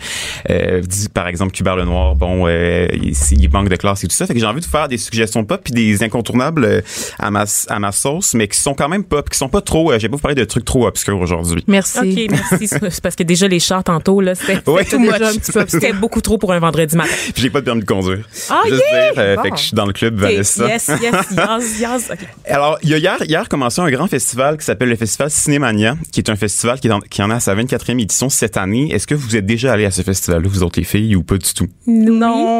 euh, dit, par exemple, qu'Hubert Lenoir, bon, euh, il, il manque de classe et tout ça. Fait que j'ai envie de faire des suggestions pop puis des incontournables euh, à ma, à ma sauce, mais qui sont quand même pop, qui sont pas trop, euh, j'ai pas vous parler de trucs trop obscurs aujourd'hui. Merci. OK, merci. C'est parce que déjà, les chars, tantôt, là, c'était Ouais. c'était déjà Too much. un petit peu- c'était beaucoup trop pour un vendredi matin. Puis j'ai pas de permis de conduire. Ah, Juste yeah! dire, euh, Bon. fait que je suis dans le club, OK, Vanessa. Yes, yes, yes, yes. Ah, OK. Alors, il y a hier, hier commencé un grand festival qui s'appelle le Festival Cinémania, qui est un festival qui, est en- qui en a à sa 24e édition cette année. Est-ce que vous êtes déjà allé à ce festival-là, vous autres les filles, ou pas du tout? Non.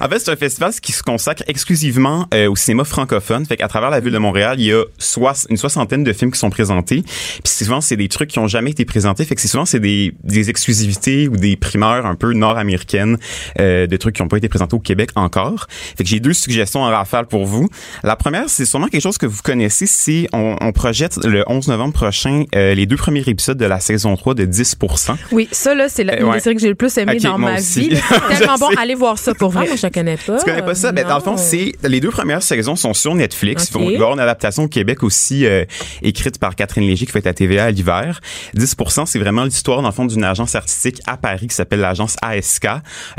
En fait, c'est un festival qui se consacre exclusivement euh, au cinéma francophone. Fait qu'à travers la ville de Montréal, il y a sois- une soixantaine de films qui sont présentés. Puis souvent, c'est des trucs qui ont jamais été présentés. Fait que c'est souvent, c'est des, des exclusivités ou des primeurs un peu nord-américaines euh, de trucs qui n'ont pas été présentés au Québec encore. Fait que j'ai deux suggestions en rafale pour vous. La première, c'est sûrement quelque chose que vous connaissez si on, on projette le 11 novembre prochain euh, les deux premiers épisodes de la saison 3 de 10%. Oui, ça, là, c'est la Euh, une ouais. des séries que j'ai le plus aimé Ok, dans moi ma vie. aussi. là. C'est tellement Je bon. sais. Allez voir ça pour Ah, vrai. moi, je la connais pas. Tu connais pas ça? Ben, dans le fond, Non. c'est les deux premières saisons sont sur Netflix. Ok. Il va y avoir une adaptation au Québec aussi euh, écrite par Catherine Léger qui va être à TVA à l'hiver. 10%, c'est vraiment l'histoire, dans le fond, d'une agence artistique à Paris qui s'appelle l'agence ASK.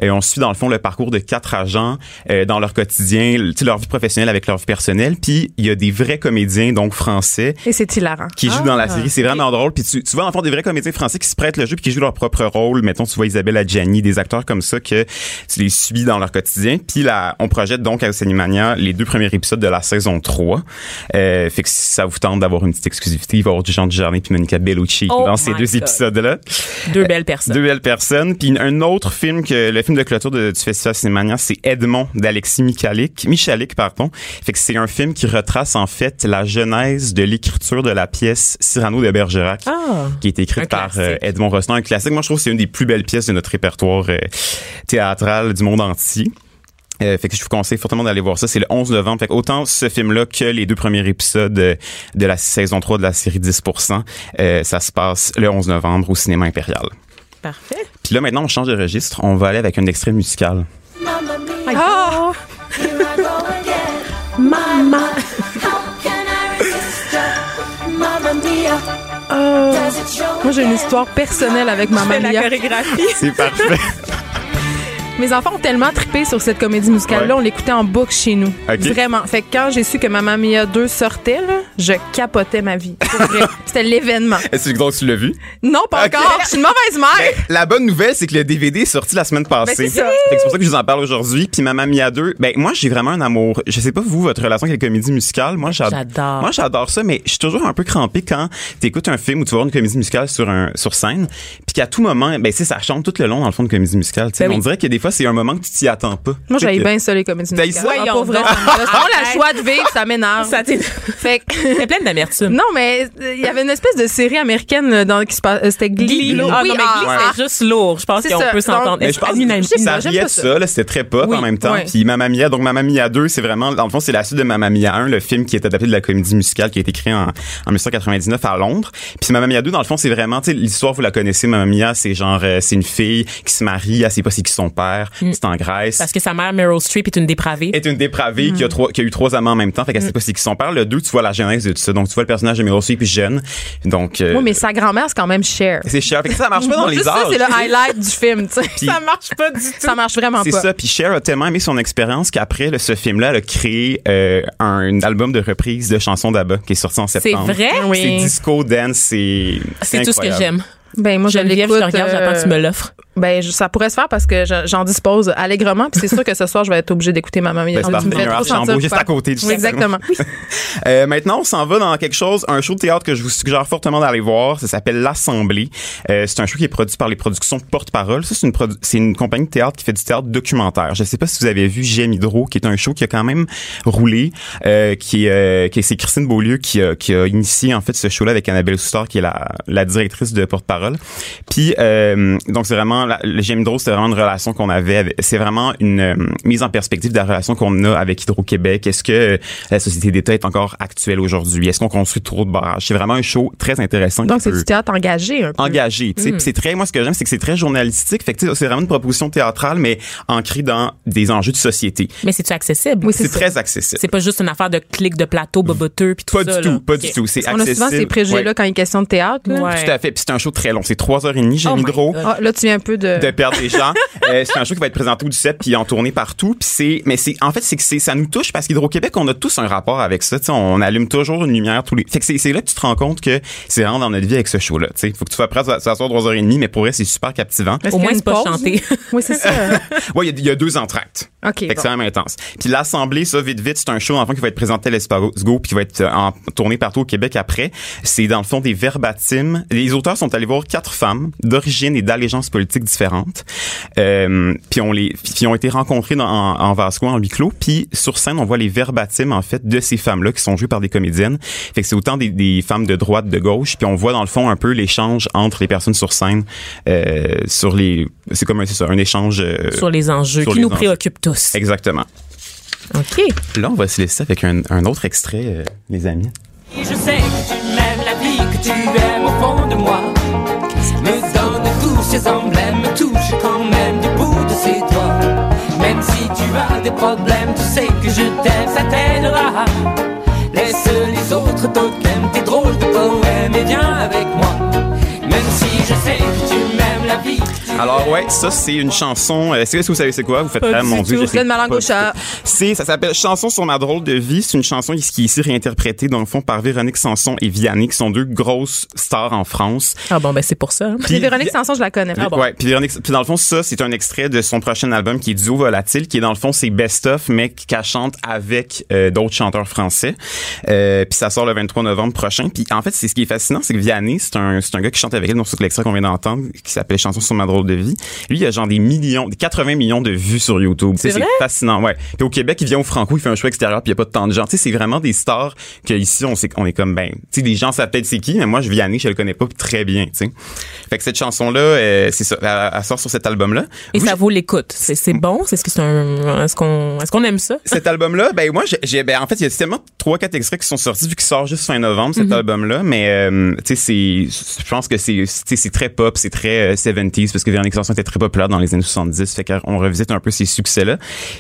Et on suit, dans le fond, le parcours de quatre agents euh, dans leur quotidien, le- tu sais, leur vie professionnelle avec leur vie personnelle. Puis, il y a des vrais comédiens, donc français, Et c'est Hein? hilarant. qui jouent dans Ah. la série. C'est vraiment drôle. Puis tu, tu vois, en fond, des vrais comédiens français qui se prêtent le jeu puis qui jouent leur propre rôle. Mettons, tu vois Isabelle Adjani, des acteurs comme ça que tu les suis dans leur quotidien. Puis là, on projette donc à Cinémania les deux premiers épisodes de la saison 3. Euh, fait que si ça vous tente d'avoir une petite exclusivité, il va y avoir du Jean Dujardin puis Monica Bellucci Oh dans ces my deux God. épisodes-là. Deux belles personnes. Deux belles personnes. Puis une- un autre film que le film de clôture de- du Festival Cinémania, c'est Edmond d'Alexis Michalik, Michalik pardon. Fait que c'est un film qui retrace en fait la genèse de l'écriture de la pièce Cyrano de Bergerac. Ah. qui est Un écrite par classique. euh, Edmond Rostand, un classique. Moi, je trouve que c'est une des plus belles pièces de notre répertoire euh, théâtral du monde entier. Euh, fait que je vous conseille fortement d'aller voir ça. C'est le 11 novembre. Fait que autant ce film-là que les deux premiers épisodes euh, de la saison 3 de la série 10%, euh, ça se passe le 11 novembre au Cinéma Impérial. Parfait. Puis là, maintenant, on change de registre. On va aller avec un extrait musical. Ah! Maman. Ah. Moi, j'ai une histoire personnelle avec ma la mamie. chorégraphie. C'est parfait. Mes enfants ont tellement trippé sur cette comédie musicale-là, Ouais. on l'écoutait en boucle chez nous. Ok. Vraiment. Fait que quand j'ai su que Maman Mia 2 sortait, là, je capotais ma vie. Pour vrai. C'était l'événement. Est-ce que donc tu l'as vu? Non, pas Ok. encore. Je suis une mauvaise Ben, mère. la bonne nouvelle, c'est que le DVD est sorti la semaine passée. Ben, c'est ça. Fait que c'est pour ça que je vous en parle aujourd'hui. Puis Maman Mia 2, ben moi j'ai vraiment un amour. Je sais pas vous votre relation avec les comédies musicales. Moi j'ad- J'adore. Moi j'adore ça, mais je suis toujours un peu crampé quand t'écoutes un film ou tu vois une comédie musicale sur un sur scène, puis qu'à tout moment, ben c'est ça chante tout le long dans le fond de comédie musicale. tu sais. Ben oui. On dirait que des fois c'est un moment que tu t'y attends pas. Moi, Tu sais j'avais que- bien ça, les comédies T'as musicales. ça? Ah, pour vrai, Voyons ça me gosse. donc. Moi, la joie de vivre, ça m'énerve. Ça t'est- Fait que- T'es pleine d'amertume. Ah, Non, mais euh, il y avait une espèce de série américaine euh, dans, qui se passe. euh, C'était Glee. Glee. Ah, non, mais Glee, ah, c'est juste lourd. Je pense C'est qu'on ça. peut s'entendre. Donc, Mais je pense Unanime- que ça pas, j'aime riait pas de ça. ça, là, c'était très pop Oui, en même temps. oui. Puis Mamma Mia, donc Mamma Mia 2, c'est vraiment, dans le fond, c'est la suite de Mamma Mia 1, le film qui est adapté de la comédie musicale qui a été créé en, en 1999 à Londres. Puis Mamma Mia 2, dans le fond, c'est vraiment, tu sais, l'histoire, vous la connaissez, Mamma Mia, c'est genre, euh, c'est une fille qui se marie, elle sait pas c'est qui son père, Mm. c'est en Grèce. Parce que sa mère, Meryl Streep, est une dépravée. est une dépravée Mm. qui, a trois, qui a eu trois amants en même temps, fait qu'elle sait pas c'est qui son père. Le 2, tu vois la genèse de tout ça. Donc, tu vois le personnage de Meryl Streep jeune. Donc, euh, Oui, mais sa grand-mère, c'est quand même Cher. c'est cher. Fait que ça marche pas dans Juste les ça, arts. c'est le highlight du film. tu sais. Puis- ça marche pas du tout. Ça marche vraiment C'est pas. ça. Puis Cher a tellement aimé son expérience qu'après le- ce film-là, elle a créé euh, un album de reprise de chansons d'Abba qui est sorti en C'est septembre. vrai? Oui. C'est disco dance, c'est C'est tout ce que incroyable. j'aime. Ben moi, je Geneviève, l'écoute. je te regarde, euh, j'attends que tu me l'offres. Ben je- ça pourrait se faire parce que je- j'en dispose allègrement. Puis c'est sûr que ce soir, je vais être obligée d'écouter Maman Mia. Ben, c'est parfait, Tu me fais il y a un trop Archambault sentir juste coupable. à côté du Oui, Exactement. Euh, maintenant, on s'en va dans quelque chose, un show de théâtre que je vous suggère fortement d'aller voir. Ça s'appelle L'Assemblée. Euh, c'est un show qui est produit par les productions Porte-Parole. Ça, c'est une, produ- c'est une compagnie de théâtre qui fait du théâtre documentaire. Je sais pas si vous avez vu J'aime Hydro, qui est un show qui a quand même roulé, euh, qui, euh, qui c'est Christine Beaulieu qui a, qui a initié en fait ce show-là avec Annabelle Soustard, qui est la, la directrice de Porte-Parole. Puis, euh, donc c'est vraiment, la- le J'aime Hydro, c'est vraiment une relation qu'on avait. avec- C'est vraiment une euh, mise en perspective de la relation qu'on a avec Hydro-Québec. Est-ce que euh, la société d'État est encore actuelle aujourd'hui? Est-ce qu'on construit trop de barrages? C'est vraiment un show très intéressant. Donc qui c'est peut- du Mm. théâtre engagé un peu. engagé, tu sais. Puis c'est très, moi, ce que j'aime, c'est que c'est très journalistique. Fait que, tu sais, c'est vraiment une proposition théâtrale, mais ancrée dans des enjeux de société. Mais c'est-tu accessible? Oui, C'est ça. très accessible. C'est pas juste une affaire de clic de plateau, boboteux, puis tout Pas ça. du là. tout, pas Ok. du tout. C'est On a accessible. souvent ces préjugés-là Ouais. quand il est question de théâtre. là. Ouais. Tout à fait. Puis c'est un show très long. C'est trois heures et demie. J'ai Oh mis my gros. God. Ah, là, tu viens un peu de. de perdre des gens. Euh, c'est un show qui va être présenté au 17 puis en tournée partout. Puis c'est, mais c'est, en fait, c'est que c'est, ça nous touche parce qu'Hydro-Québec, on a tous un rapport avec ça. Tu sais, on allume toujours une lumière tous les. Fait que c'est, c'est là que tu te rends compte que c'est vraiment dans notre vie avec ce show-là. Tu sais, faut que tu sois prêt à s'asseoir trois heures et demie, mais pour vrai, c'est super captivant. Est-ce qu'il Au y a moins, une c'est pas pause? chanté. Oui, c'est ça. Ouais, il y a- il y, a deux entractes. OK, Fait que bon. c'est quand même intense. Puis l'Assemblée, ça, vite, vite, c'est un show, enfin, qui va être présenté à l'Espago, puis qui va être euh, en tournée partout au Québec après. C'est, dans le fond, des verbatims. Les auteurs sont allés voir quatre femmes d'origine et d'allégeance politique différentes. Euh, puis on les, puis ont été rencontrées dans- en, en Vasco, en huis clos. Puis sur scène, on voit les verbatims, en fait, de ces femmes-là qui sont jouées par des comédiennes. Fait que c'est autant des, des femmes de droite, de gauche. Puis on voit, dans le fond, un peu l'échange entre les personnes sur scène, euh, sur les, c'est comme, un- c'est ça, un échange, euh, sur les enjeux Sur qui les nous enjeux. préoccupent tous. Exactement. OK. Là, on va se laisser avec un, un autre extrait, euh, les amis. Je sais que tu m'aimes, la vie que tu aimes au fond de moi. Me donne tous ces emblèmes, me touche quand même du bout de ses doigts. Même si tu as des problèmes, tu sais que je t'aime, ça t'aidera. Laisse les autres totems, tes drôles de poèmes et viens avec moi. Même si je sais que tu m'aimes, la vie. que tu Alors ouais, ça c'est une chanson. euh, c'est- Est-ce que vous savez c'est quoi Vous faites ah, mon du dieu. tout. je sais Glenn pas du Malangocha. tout. C'est ça s'appelle Chanson sur ma drôle de vie. C'est une chanson qui qui est ici réinterprétée dans le fond par Véronique Sanson et Vianney qui sont deux grosses stars en France. Ah bon, ben c'est pour ça. Ah hein. Puis- Véronique Sanson, je la connais. Ouais, Ouais, puis Véronique, puis dans le fond, ça, c'est un extrait de son prochain album qui est Duo Volatile, qui est dans le fond, c'est best-of, mais qu'elle chante avec euh, d'autres chanteurs français. Euh, puis ça sort le 23 novembre prochain. Puis en fait, c'est ce qui est fascinant, c'est que Vianney, c'est un, c'est un gars qui chante avec elle, donc c'est l'extrait qu'on vient d'entendre, qui s'appelle Chanson sur ma drôle de vie. Lui, il a genre des millions, des 80 millions de vues sur YouTube. Tu sais, vrai? C'est fascinant, ouais. Puis au Québec, il vient au Franco, il fait un show extérieur, puis il y a pas de tant de gens. Tu sais, c'est vraiment des stars que ici, on sait qu'on est comme, ben, tu sais, les gens savent peut-être c'est qui, mais moi, je Vianney, je le connais pas très bien, tu sais. Fait que cette chanson-là, euh, c'est ça, elle, elle sort sur cet album-là. Et Vous, ça vaut l'écoute. C'est c'est bon? C'est- Est-ce que c'est un. Est-ce qu'on est-ce qu'on aime ça? cet album-là, ben moi, j'ai- j'ai, ben en fait, il y a tellement de trois, quatre extraits qui sont sortis vu qu'il sort juste fin novembre Mhm. cet album-là. Mais euh, tu sais, c'est, c'est- je pense que c'est, tu sais, c'est très pop, c'est très euh, 70s parce que Véronique Sanson était très populaire dans les années 70. Fait qu'on revisite un peu ces succès-là.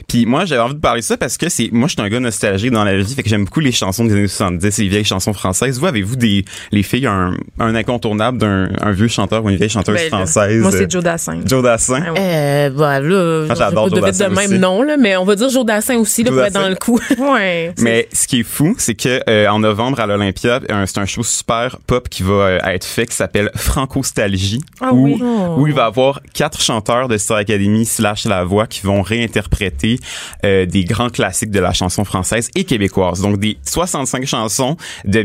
Puis moi, j'avais envie de parler de ça parce que c'est, moi, je suis un gars nostalgique dans la vie. Fait que j'aime beaucoup les chansons des années 70, les vieilles chansons françaises. Vous avez-vous des, les filles un, un incontournable d'un un vieux chanteur ou une vieille chanteuse Ben, là, française Moi, c'est euh, Joe Dassin. Joe Dassin. Ah oui. Euh, bah, là, Ah, j'adore on peut Joe pas de Dassin même aussi. nom, là, mais on va dire Joe Dassin aussi, là, Joe pour être Dassin. dans le coup. Ouais. c'est- Mais ce qui est fou, c'est que euh, en novembre à l'Olympia, un- c'est un show super pop qui va euh, être fait qui s'appelle Francostalgie, Ah où, oui. où il va avoir quatre chanteurs de Star Academy slash La Voix qui vont réinterpréter euh, des grands classiques de la chanson française et québécoise. Donc des 65 chansons de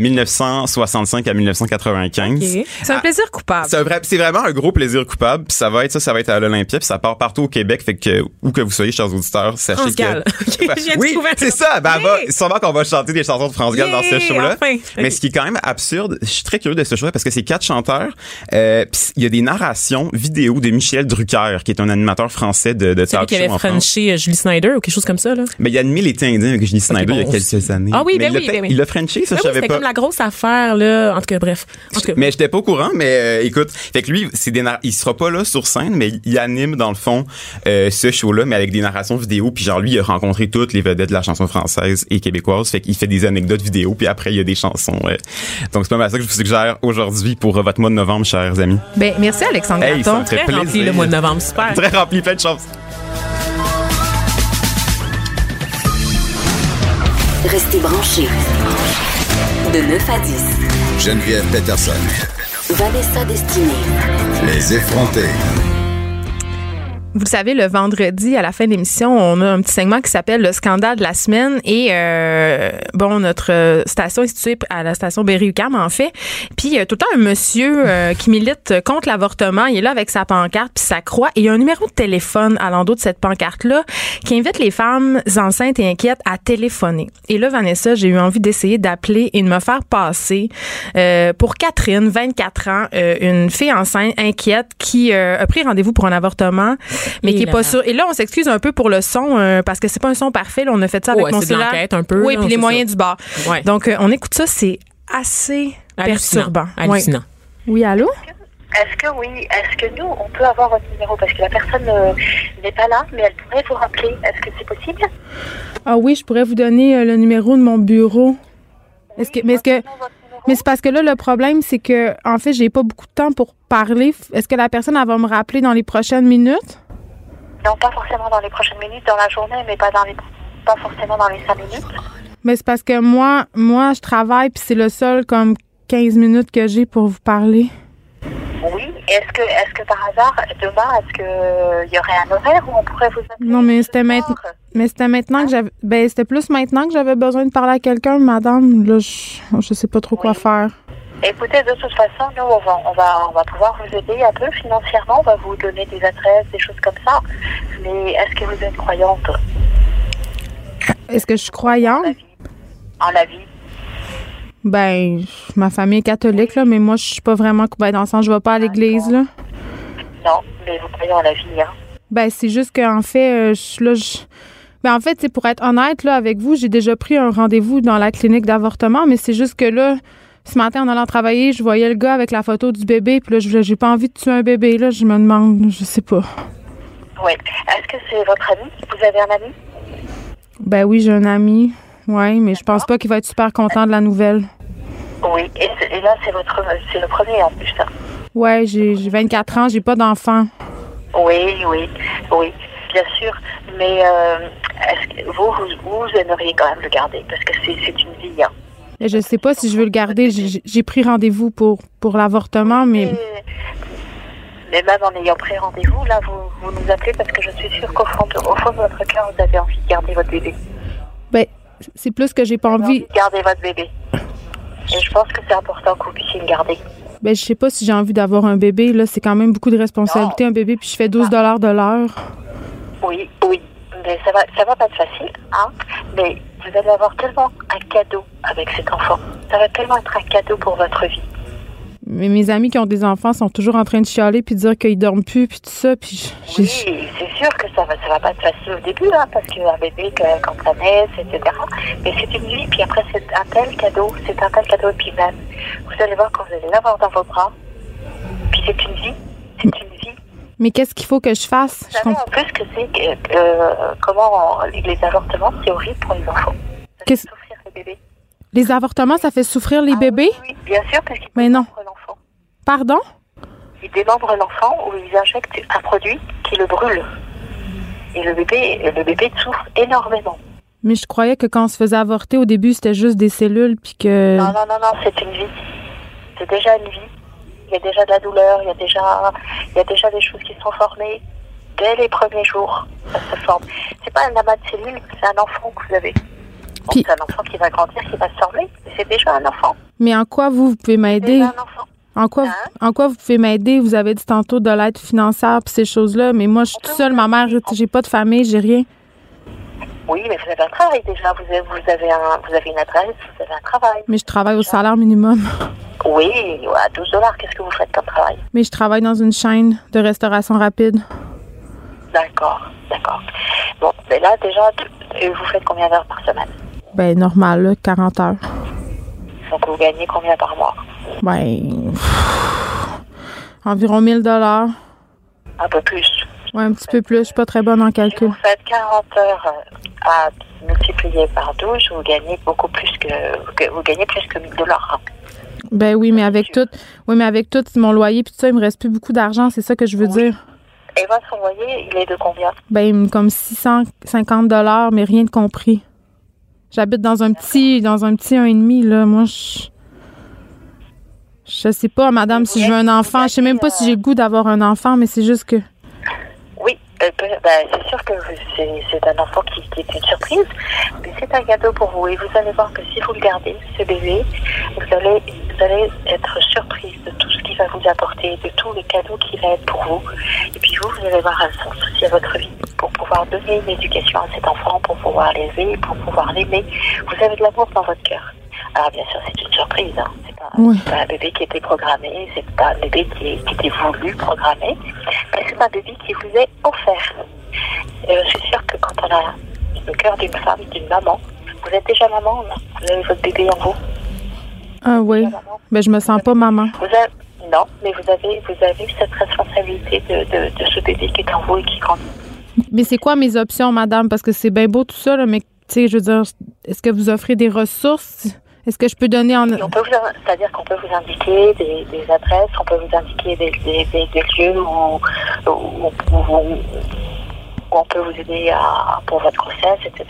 1965 à 1995. Ok. Ah, C'est un plaisir coupable. ah, C'est un vrai- c'est vraiment un gros plaisir coupable. Puis ça va être ça, ça va être à l'Olympia, puis ça part partout au Québec. Fait que où que vous soyez, chers auditeurs, sachez France Gall. que Ok, j'ai oui, découvert. c'est ça. Ben, Yay! va, sûrement qu'on va chanter des chansons de France Gall dans ce Yay, show-là. enfin. Mais ce qui est quand même absurde, je suis très curieux de ce show-là parce que c'est quatre chanteurs. Euh, puis il y a des narrations vidéo de Michel Drucker, qui est un animateur français de, de Celui talk qui show avait en France. Frenché euh, Julie Snyder ou quelque chose comme ça, là. Mais il a animé les Ténins avec Julie Snyder bon, il y a quelques années. Ah oui, ben Mais il l'a oui, fait- ben oui. Il l'a Frenché, ça Ben je oui, savais c'était pas. comme la grosse affaire, là. En tout cas, bref. En tout cas, Mais j'étais pas au courant, mais euh, écoute, fait que lui, c'est des nar- il sera pas là sur scène, mais il anime dans le fond euh, ce show-là, mais avec des narrations vidéo. Puis genre lui, il a rencontré toutes les vedettes de la chanson française et québécoise, fait qu'il fait des anecdotes vidéo, puis après il y a des chansons. euh. Donc c'est pas mal ça que je vous suggère aujourd'hui pour euh, votre mois de novembre, chers amis. Ben, merci, Alexandre Hey, Gratton. ça me ferait très rempli plaisir. le mois de novembre. Super. Très rempli, plein de choses. Restez branchés. De 9 à 10, Geneviève Peterson. Vanessa Destinée. Les effrontés. Vous le savez, le vendredi, à la fin de l'émission, on a un petit segment qui s'appelle le scandale de la semaine. Et euh, bon, notre euh, station est située à la station Berry-UQAM, en fait. Puis il y a tout le temps un monsieur euh, qui milite contre l'avortement. Il est là avec sa pancarte puis sa croix. Et il y a un numéro de téléphone à l'endos de cette pancarte-là qui invite les femmes enceintes et inquiètes à téléphoner. Et là, Vanessa, j'ai eu envie d'essayer d'appeler et de me faire passer euh, pour Catherine, 24 ans, euh, une fille enceinte inquiète qui euh, a pris rendez-vous pour un avortement, mais Et qui est là pas là. sûre. Et là, on s'excuse un peu pour le son euh, parce que c'est pas un son parfait. Là, on a fait ça avec Ouais, mon c'est de cellulaire. l'enquête un peu, Oui, là, puis les c'est moyens ça. du bord. Ouais. Donc, euh, on écoute ça, c'est assez Hallucinant. perturbant. Oui. Hallucinant. Oui. allô? Est-ce que oui, est-ce que nous, on peut avoir votre numéro Parce que la personne euh, n'est pas là, mais elle pourrait vous rappeler. Est-ce que c'est possible Ah oui, je pourrais vous donner euh, le numéro de mon bureau. Est-ce que, mais est-ce que, Sinon, votre numéro- mais c'est parce que là, le problème, c'est que, en fait, j'ai pas beaucoup de temps pour parler. F- Est-ce que la personne, elle va me rappeler dans les prochaines minutes? Non, pas forcément dans les prochaines minutes, dans la journée, mais pas, dans les... pas forcément dans les 5 minutes. Mais c'est parce que moi, moi, je travaille, puis c'est le seul, comme, 15 minutes que j'ai pour vous parler. Oui, est-ce que, est-ce que par hasard, demain, est-ce qu'il y aurait un horaire où on pourrait vous appeler Non, mais ce c'était maintenant- soir Mais c'était maintenant que j'avais, ben, c'était plus maintenant que j'avais besoin de parler à quelqu'un, madame. Là, je, je sais pas trop quoi Oui. faire. Écoutez, de toute façon, nous, on va, on va, on va pouvoir vous aider un peu financièrement. On va vous donner des adresses, des choses comme ça. Mais est-ce que vous êtes croyante Est-ce que je suis croyante? en la vie Ben, je- ma famille est catholique, là, mais moi, je suis pas vraiment, ben, dans le sens, je vais pas à l'église, là. Non, mais vous croyez en la vie, hein Ben, c'est juste qu'en fait, euh, je suis là, je- Ben, en fait, c'est pour être honnête là, avec vous, j'ai déjà pris un rendez-vous dans la clinique d'avortement, mais c'est juste que là, ce matin, en allant travailler, je voyais le gars avec la photo du bébé, puis là, je- j'ai pas envie de tuer un bébé, là, je me demande, je sais pas. Oui. Est-ce que c'est votre ami Vous avez un ami Ben oui, j'ai un ami, ouais, mais je pense pas qu'il va être super content de la nouvelle. Oui. Et, c'est- et là, c'est votre, c'est le premier en plus. hein. Ouais, j'ai j'ai 24 ans, j'ai pas d'enfant. Oui, oui, oui, bien sûr. Mais euh, est-ce que vous, vous, vous aimeriez quand même le garder parce que c'est, c'est une vie. Hein. Et Je sais pas si je veux le garder, j'ai j'ai pris rendez-vous pour, pour l'avortement, mais... Et- mais même en ayant pris rendez-vous, là, vous, vous nous appelez parce que je suis sûre qu'au fond de, au fond de votre cœur, vous avez envie de garder votre bébé. Ben, c'est plus que j'ai pas Vous avez envie... de garder votre bébé. Et je pense que c'est important que vous puissiez le garder. Ben, je sais pas si j'ai envie d'avoir un bébé. Là, c'est quand même beaucoup de responsabilités, un bébé, puis je fais 12 dollars de l'heure. Oui, oui, mais ça va, ça va pas être facile, hein. Mais vous allez avoir tellement un cadeau avec cet enfant. Ça va tellement être un cadeau pour votre vie. mais mes amis qui ont des enfants sont toujours en train de chialer puis de dire qu'ils dorment plus puis tout ça puis j'ai Oui, c'est sûr que ça va, ça va pas être facile au début, hein, parce qu'un bébé, que- quand ça naît, etc. Mais c'est une nuit, puis après, c'est un tel cadeau, c'est un tel cadeau, et puis même, vous allez voir quand vous allez l'avoir dans vos bras, puis c'est une vie, c'est une vie. mais qu'est-ce qu'il faut que je fasse Vous Je savez comprends- en plus que c'est que, euh, comment on- les avortements, c'est horrible pour les enfants. Ça fait Qu'est-ce- souffrir les bébés. les avortements ça fait souffrir les Ah bébés oui, oui, bien sûr, parce qu'ils Mais non. démembrent l'enfant. pardon Ils démembrent l'enfant ou ils injectent un produit qui le brûle. Et le bébé, le bébé souffre énormément. mais je croyais que quand on se faisait avorter au début c'était juste des cellules puis que Non, non, non, non, c'est une vie. C'est déjà une vie. Il y a déjà de la douleur, il y a déjà, il y a déjà des choses qui sont formées dès les premiers jours. Ça se forme. C'est pas un amas de cellules, c'est un enfant que vous avez. Bon, Puis- c'est un enfant qui va grandir, qui va se former. mais C'est déjà un enfant. mais en quoi vous, vous pouvez C'est m'aider déjà un enfant. En quoi, Hein? en quoi vous pouvez m'aider? Vous avez dit tantôt de l'aide financière puis ces choses-là, mais moi, je suis On peut toute seule, vous ma mère, j'ai pas de famille, j'ai rien. Oui, mais vous avez un travail déjà. Vous avez, vous avez, un, vous avez une adresse, vous avez un travail. Mais je travaille au salaire minimum. Oui, à 12 dollars, qu'est-ce que vous faites comme travail Mais je travaille dans une chaîne de restauration rapide. D'accord, d'accord. Bon, mais là, déjà, t- vous faites combien d'heures par semaine Ben, normal, là, 40 heures. Donc, vous gagnez combien par mois Ben, pff, environ 1000 dollars. Un peu plus. Ouais, un petit peu plus, je suis pas très bonne en Si vous calcul. faites 40 heures euh, à multiplier par 12, vous gagnez beaucoup plus que, que- vous gagnez plus que 1000 dollars. Ben oui, mais avec tout, oui, mais avec tout mon loyer puis tout ça, il me reste plus beaucoup d'argent, c'est ça que je veux dire. Et votre loyer, il est de combien Ben, comme 650 dollars, mais rien de compris. J'habite dans un petit, dans un petit un et demi là. Moi, je, je sais pas, madame, si je veux un enfant. Je sais même pas si j'ai le goût d'avoir un enfant, mais c'est juste que. Oui, euh, peut- ben, c'est sûr que vous- c'est c'est un enfant qui, qui est une surprise, mais c'est un cadeau pour vous. Et vous allez voir que si vous le gardez, ce bébé, vous allez, vous allez être surprise de tout ce qu'il va vous apporter, de tous les cadeaux qu'il va être pour vous. Et puis vous, vous allez avoir un sens aussi à votre vie pour pouvoir donner une éducation à cet enfant, pour pouvoir l'élever, pour pouvoir l'aimer. Vous avez de l'amour dans votre cœur. Alors bien sûr, c'est une surprise. Hein. C'est pas, Oui. c'est pas un bébé qui était programmé, c'est pas un bébé qui, est- qui était voulu, programmé, mais c'est un bébé qui vous est offert. Et je suis sûre que quand on a le cœur d'une femme, d'une maman, vous êtes déjà maman, là. vous avez votre bébé en vous. Ah oui. Ben je me sens pas maman. Vous avez- non, mais vous avez, vous avez cette responsabilité de, de, de ce bébé qui est en vous et qui grandit. Mais c'est quoi mes options, madame Parce que c'est bien beau tout ça là, mais tu sais, je veux dire, est-ce que vous offrez des ressources Est-ce que je peux donner en Et on peut vous, c'est-à-dire qu'on peut vous indiquer des, des adresses, on peut vous indiquer des, des, des- des lieux où, où- où- où- où on peut vous aider à, pour votre grossesse, etc.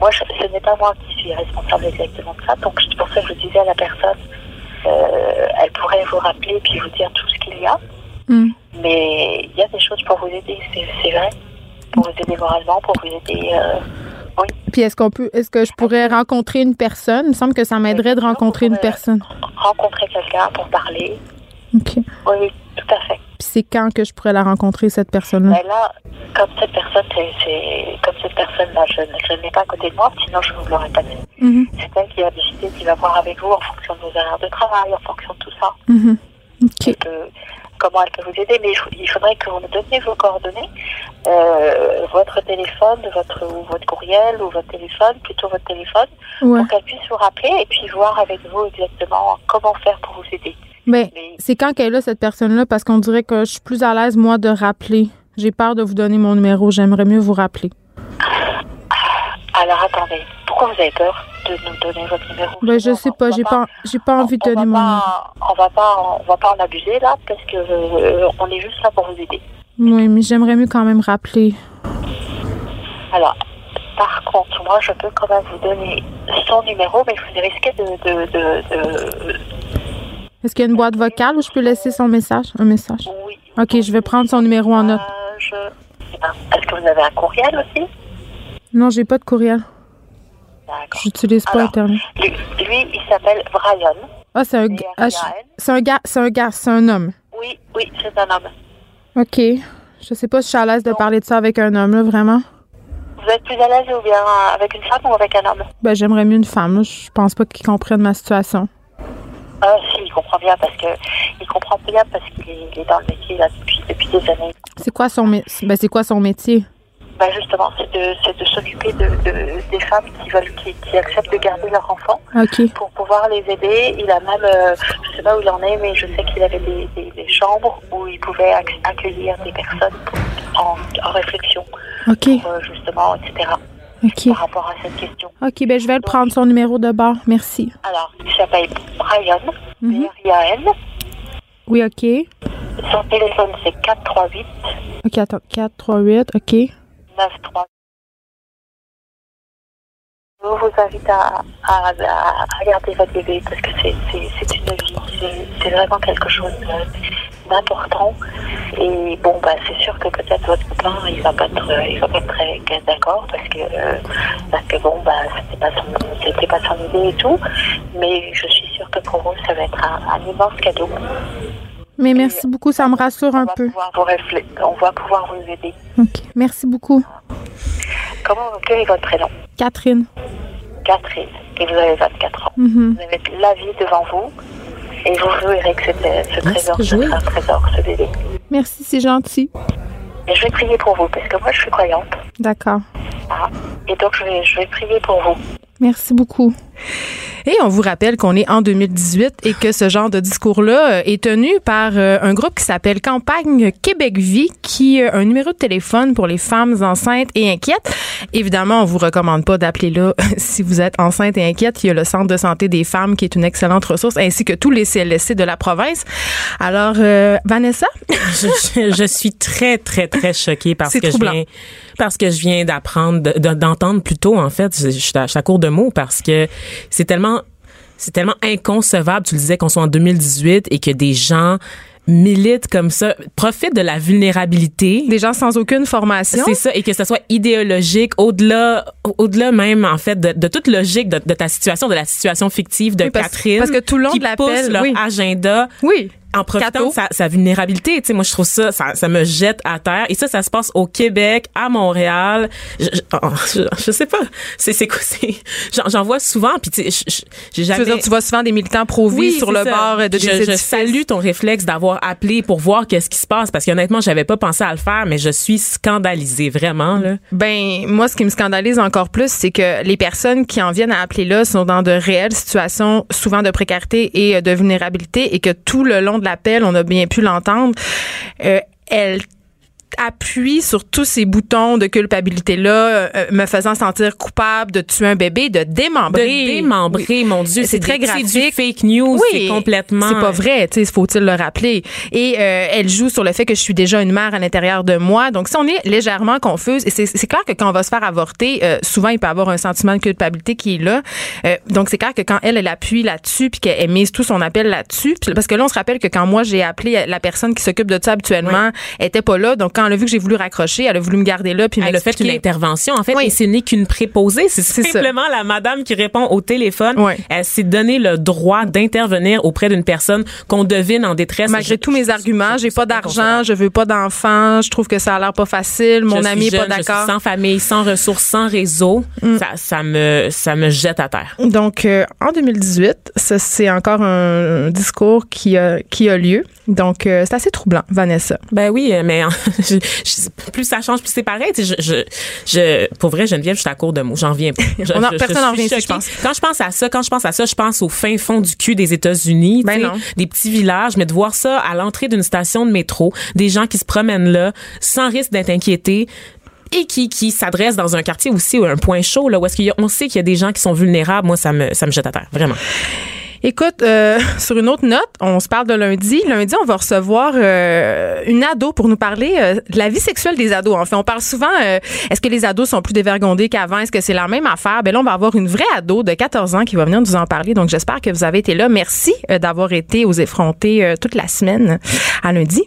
Moi, je- ce n'est pas moi qui suis responsable exactement de ça, donc c'est pour ça que je disais à la personne, euh, elle pourrait vous rappeler puis vous dire tout ce qu'il y a, Hmm. mais il y a des choses pour vous aider, c'est, c'est vrai, pour vous aider moralement, pour vous aider. euh, Puis est-ce qu'on peut, est-ce que je pourrais rencontrer une personne Il me semble que ça m'aiderait de rencontrer une personne. rencontrer quelqu'un pour parler. Ok. Oui, oui, tout à fait. Puis c'est quand que je pourrais la rencontrer, cette personne-là? Ben là, comme cette personne, c'est, c'est- comme cette personne-là, je, ne- je ne l'ai pas à côté de moi, sinon je vous l'aurais pas dit. Mhm. C'est elle qui va décider, qui va voir avec vous en fonction de vos horaires de travail, en fonction de tout ça, Mhm. OK. de comment elle peut vous aider. Mais il faut- il faudrait que vous me donniez vos coordonnées, euh, votre téléphone, votre ou votre courriel ou votre téléphone, plutôt votre téléphone, Ouais. pour qu'elle puisse vous rappeler et puis voir avec vous exactement comment faire pour vous aider. Ben, Mais c'est quand qu'elle est là, cette personne-là, parce qu'on dirait que je suis plus à l'aise, moi, de rappeler. J'ai peur de vous donner mon numéro. J'aimerais mieux vous rappeler. alors attendez, pourquoi vous avez peur de nous donner votre numéro Ben, je On- sais on pas. va J'ai pas, j'ai pas envie de on donner va mon numéro. pas- On va pas, on va pas en abuser là, parce que euh, on est juste là pour vous aider. Oui, mais j'aimerais mieux quand même rappeler. Alors, par contre, moi, je peux quand même vous donner son numéro, mais vous risquez de, de, de- de- Est-ce qu'il y a une boîte vocale où je peux laisser son message? Un message. oui. OK, je vais prendre son numéro en note. Euh, je- je sais pas. Est-ce que vous avez un courriel aussi Non, j'ai pas de courriel. Euh, D'accord. J'utilise pas Alors, Internet. Lui, lui, il s'appelle Brian. Ah, c'est un, g- ah, je- B-R-I-A-N. c'est un gars, c'est un gars, c'est un homme. Oui, oui, c'est un homme. OK. Je sais pas si je suis à l'aise de parler de ça avec un homme, là, vraiment. Vous êtes plus à l'aise ou bien avec une femme ou avec un homme Ben, j'aimerais mieux une femme. là. Je pense pas qu'ils comprennent ma situation. Ah si, il comprend bien parce que il comprend bien parce qu'il est, il est dans le métier là, depuis, depuis des années. C'est quoi son mé- ben, c'est quoi son métier? Bah justement, c'est de, c'est de s'occuper de, de- des femmes qui veulent, qui, qui acceptent de garder leur enfant OK. pour pouvoir les aider. Il a même, euh, je sais pas où il en est, mais je sais qu'il avait des, des- des chambres où il pouvait ac- accueillir des personnes pour- en, en réflexion, OK. euh, justement, etc. OK. Par rapport à cette question. OK, ben je vais le prendre son numéro de bord. Merci. Alors, il s'appelle Brian, Mhm. B-R-I-A-N. Oui, OK. Son téléphone c'est 438 OK, attends. 4, 3, 8. OK. 93. Je vous invite à, à, à- à garder votre bébé parce que c'est, c'est, c'est une vie, c'est, c'est vraiment quelque chose de- d'important. Et bon, bah, c'est sûr que peut-être votre copain, il va pas être, il va pas être très très d'accord parce que, euh, parce que bon, bah, c'était pas son, c'était pas son idée et tout. Mais je suis sûre que pour vous, ça va être un, un immense cadeau. Mais merci beaucoup, ça me rassure On un va peu. pouvoir vous réflé- on va pouvoir vous aider. OK. Merci beaucoup. Comment, quel est votre prénom? Catherine. Catherine, et vous avez 24 ans. Mhm. Vous avez la vie devant vous, et vous verrez que c'est, euh, ce trésor, Ah, c'est ce joué. sera un trésor, ce bébé. Merci, c'est gentil. Et je vais prier pour vous, parce que moi, je suis croyante. D'accord. Ah. Et donc, je vais, je vais prier pour vous. Merci beaucoup. Et on vous rappelle qu'on est en 2018 et que ce genre de discours-là euh, est tenu par euh, un groupe qui s'appelle Campagne Québec Vie, qui a un numéro de téléphone pour les femmes enceintes et inquiètes. Évidemment, on vous recommande pas d'appeler là si vous êtes enceinte et inquiète. Il y a le Centre de santé des femmes qui est une excellente ressource, ainsi que tous les CLSC de la province. Alors, euh, Vanessa, je, je- je suis très très très choquée parce C'est que troublant. je viens parce que je viens d'apprendre de- de- d'entendre plus tôt en fait je, je suis à, je suis à court de mots parce que c'est tellement c'est tellement inconcevable tu le disais qu'on soit en 2018 et que des gens militent comme ça profitent de la vulnérabilité des gens sans aucune formation. c'est ça, et que ce soit idéologique, au-delà, au-delà même en fait de, de toute logique de, de ta situation, de la situation fictive de Oui, parce- Catherine, parce que tout le long qui de l'appel, pousse leur oui. agenda Oui. en profitant Cato. de sa, sa vulnérabilité. Tu sais, moi, je trouve ça, ça, ça me jette à terre. Et ça, ça se passe au Québec, à Montréal. Je, je, oh, je- je sais pas. C'est, c'est quoi? C'est, j'en, j'en vois souvent. Puis, tu sais, je- je- Tu j'ai veux jamais... dire, tu vois souvent des militants pro-vie Oui, sur c'est le ça. bord de des je, je édifices. salue ton réflexe d'avoir appelé pour voir qu'est-ce qui se passe parce qu'honnêtement, j'avais pas pensé à le faire, mais je suis scandalisée vraiment là. Ben, moi, ce qui me scandalise encore plus, c'est que les personnes qui en viennent à appeler là sont dans de réelles situations, souvent de précarité et euh, de vulnérabilité, et que tout le long de l'appel, on a bien pu l'entendre, euh, elle appuie sur tous ces boutons de culpabilité-là, euh, me faisant sentir coupable de tuer un bébé, de De démembrer. démembrer, mon Dieu, C'est très des- graphique. C'est du fake news, c'est complètement. C'est pas vrai, tu sais, faut-il le rappeler. Et euh, elle joue sur le fait que je suis déjà une mère à l'intérieur de moi. Donc, si on est légèrement confuse, et c'est c'est clair que quand on va se faire avorter, euh, souvent, il peut avoir un sentiment de culpabilité qui est là. Euh, donc, c'est clair que quand elle, elle appuie là-dessus, puis qu'elle mise tout son appel là-dessus, puis- parce que là, on se rappelle que quand moi, j'ai appelé la personne qui s'occupe de ça habituellement, elle était pas là. Donc, quand elle a vu que j'ai voulu raccrocher, elle a voulu me garder là, puis Elle a fait une m'expliquer. intervention, en fait, Oui. et ce n'est qu'une préposée. C'est C'est ça. simplement la madame qui répond au téléphone. Ouais. Elle s'est donné le droit d'intervenir auprès d'une personne qu'on devine en détresse. Malgré Je- tous mes arguments, j'ai pas c'est d'argent, inconcevable. je veux pas d'enfants, je trouve que ça a l'air pas facile, mon je ami suis est pas jeune, je suis d'accord. Mm. Sans famille, sans ressources, sans réseau, ça, ça me, ça me jette à terre. Donc, euh, en 2018, ça, c'est encore un, un discours qui a, qui a lieu. Donc, euh, c'est assez troublant, Vanessa. Ben oui, euh, mais je- je- plus ça change, plus c'est pareil. Tu sais, Je, je, je, pour vrai, Geneviève, je suis à court de mots. J'en viens pas. Je- On en- je- je personne en suis revient ici, je choquée. pense. Quand je pense à ça, quand je pense à ça, je pense au fin fond du cul des États-Unis, Ben tu sais, non. des petits villages, mais de voir ça à l'entrée d'une station de métro, des gens qui se promènent là sans risque d'être inquiétés. Et qui, qui s'adressent dans un quartier aussi ou un point chaud là où est-ce qu'il y a, on sait qu'il y a des gens qui sont vulnérables moi ça me ça me jette à terre vraiment Écoute, euh, sur une autre note, on se parle de lundi. Lundi, on va recevoir euh, une ado pour nous parler euh, de la vie sexuelle des ados. En fait, on parle souvent, euh, est-ce que les ados sont plus dévergondés qu'avant? Est-ce que c'est la même affaire? Ben là, on va avoir une vraie ado de 14 ans qui va venir nous en parler. Donc, j'espère que vous avez été là. Merci euh, d'avoir été aux effrontés euh, toute la semaine. À lundi.